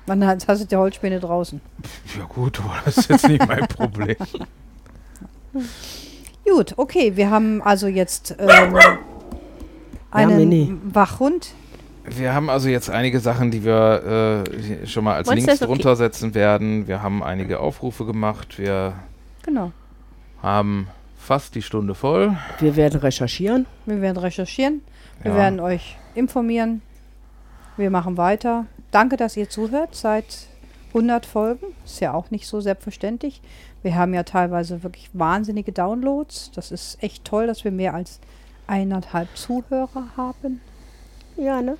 S3: Wann hast hast du die Holzspäne draußen?
S1: Ja gut, aber das ist jetzt nicht mein Problem.
S3: Gut, okay, wir haben also jetzt ähm, einen
S2: Mini.
S3: Wachhund.
S1: Wir haben also jetzt einige Sachen, die wir äh, schon mal als
S4: Meinst du,
S1: Links
S4: das ist okay?
S1: drunter setzen werden. Wir haben einige Aufrufe gemacht. Wir
S3: Genau.
S1: haben fast die Stunde voll.
S2: Wir werden recherchieren.
S3: Wir werden recherchieren, wir
S1: Ja.
S3: werden euch informieren. Wir machen weiter. Danke, dass ihr zuhört seit 100 Folgen. Ist ja auch nicht so selbstverständlich. Wir haben ja teilweise wirklich wahnsinnige Downloads. Das ist echt toll, dass wir mehr als eineinhalb Zuhörer haben.
S2: Ja, ne?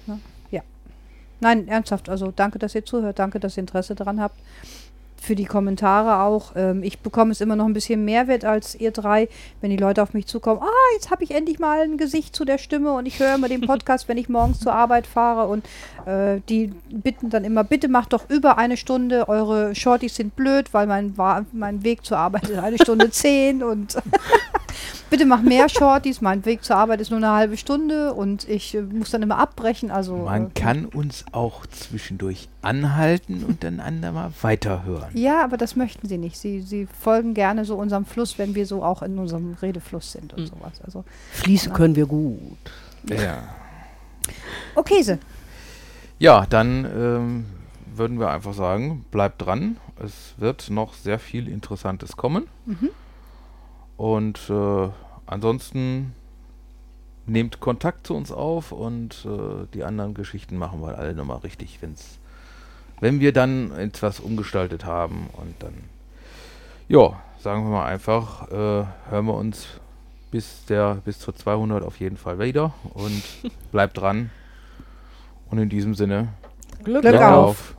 S3: Nein, ernsthaft. Also danke, dass ihr zuhört. Danke, dass ihr Interesse daran habt. für die Kommentare auch. Ähm, ich bekomme es immer noch ein bisschen Mehrwert als ihr drei, wenn die Leute auf mich zukommen. Ah, jetzt habe ich endlich mal ein Gesicht zu der Stimme und ich höre immer den Podcast, wenn ich morgens zur Arbeit fahre. Und äh, die bitten dann immer, bitte macht doch über eine Stunde. Eure Shorties sind blöd, weil mein, Wa- mein Weg zur Arbeit ist eine Stunde zehn und bitte mach mehr Shorties. Mein Weg zur Arbeit ist nur eine halbe Stunde und ich äh, muss dann immer abbrechen. Also äh,
S1: Man kann uns auch zwischendurch anhalten und dann andermal weiterhören.
S3: Ja, aber das möchten sie nicht. Sie, sie folgen gerne so unserem Fluss, wenn wir so auch in unserem Redefluss sind und sowas. Also,
S2: Fließen können wir gut.
S1: Ja,
S3: okay, so.
S1: ja dann ähm, würden wir einfach sagen, bleibt dran. Es wird noch sehr viel Interessantes kommen. Und äh, ansonsten nehmt Kontakt zu uns auf und äh, die anderen Geschichten machen wir alle nochmal richtig, wenn's, wenn wir dann etwas umgestaltet haben. Und dann, ja, sagen wir mal einfach, äh, hören wir uns bis, der, bis zur 200 auf jeden Fall wieder und bleibt dran. Und in diesem Sinne,
S3: Glück auf.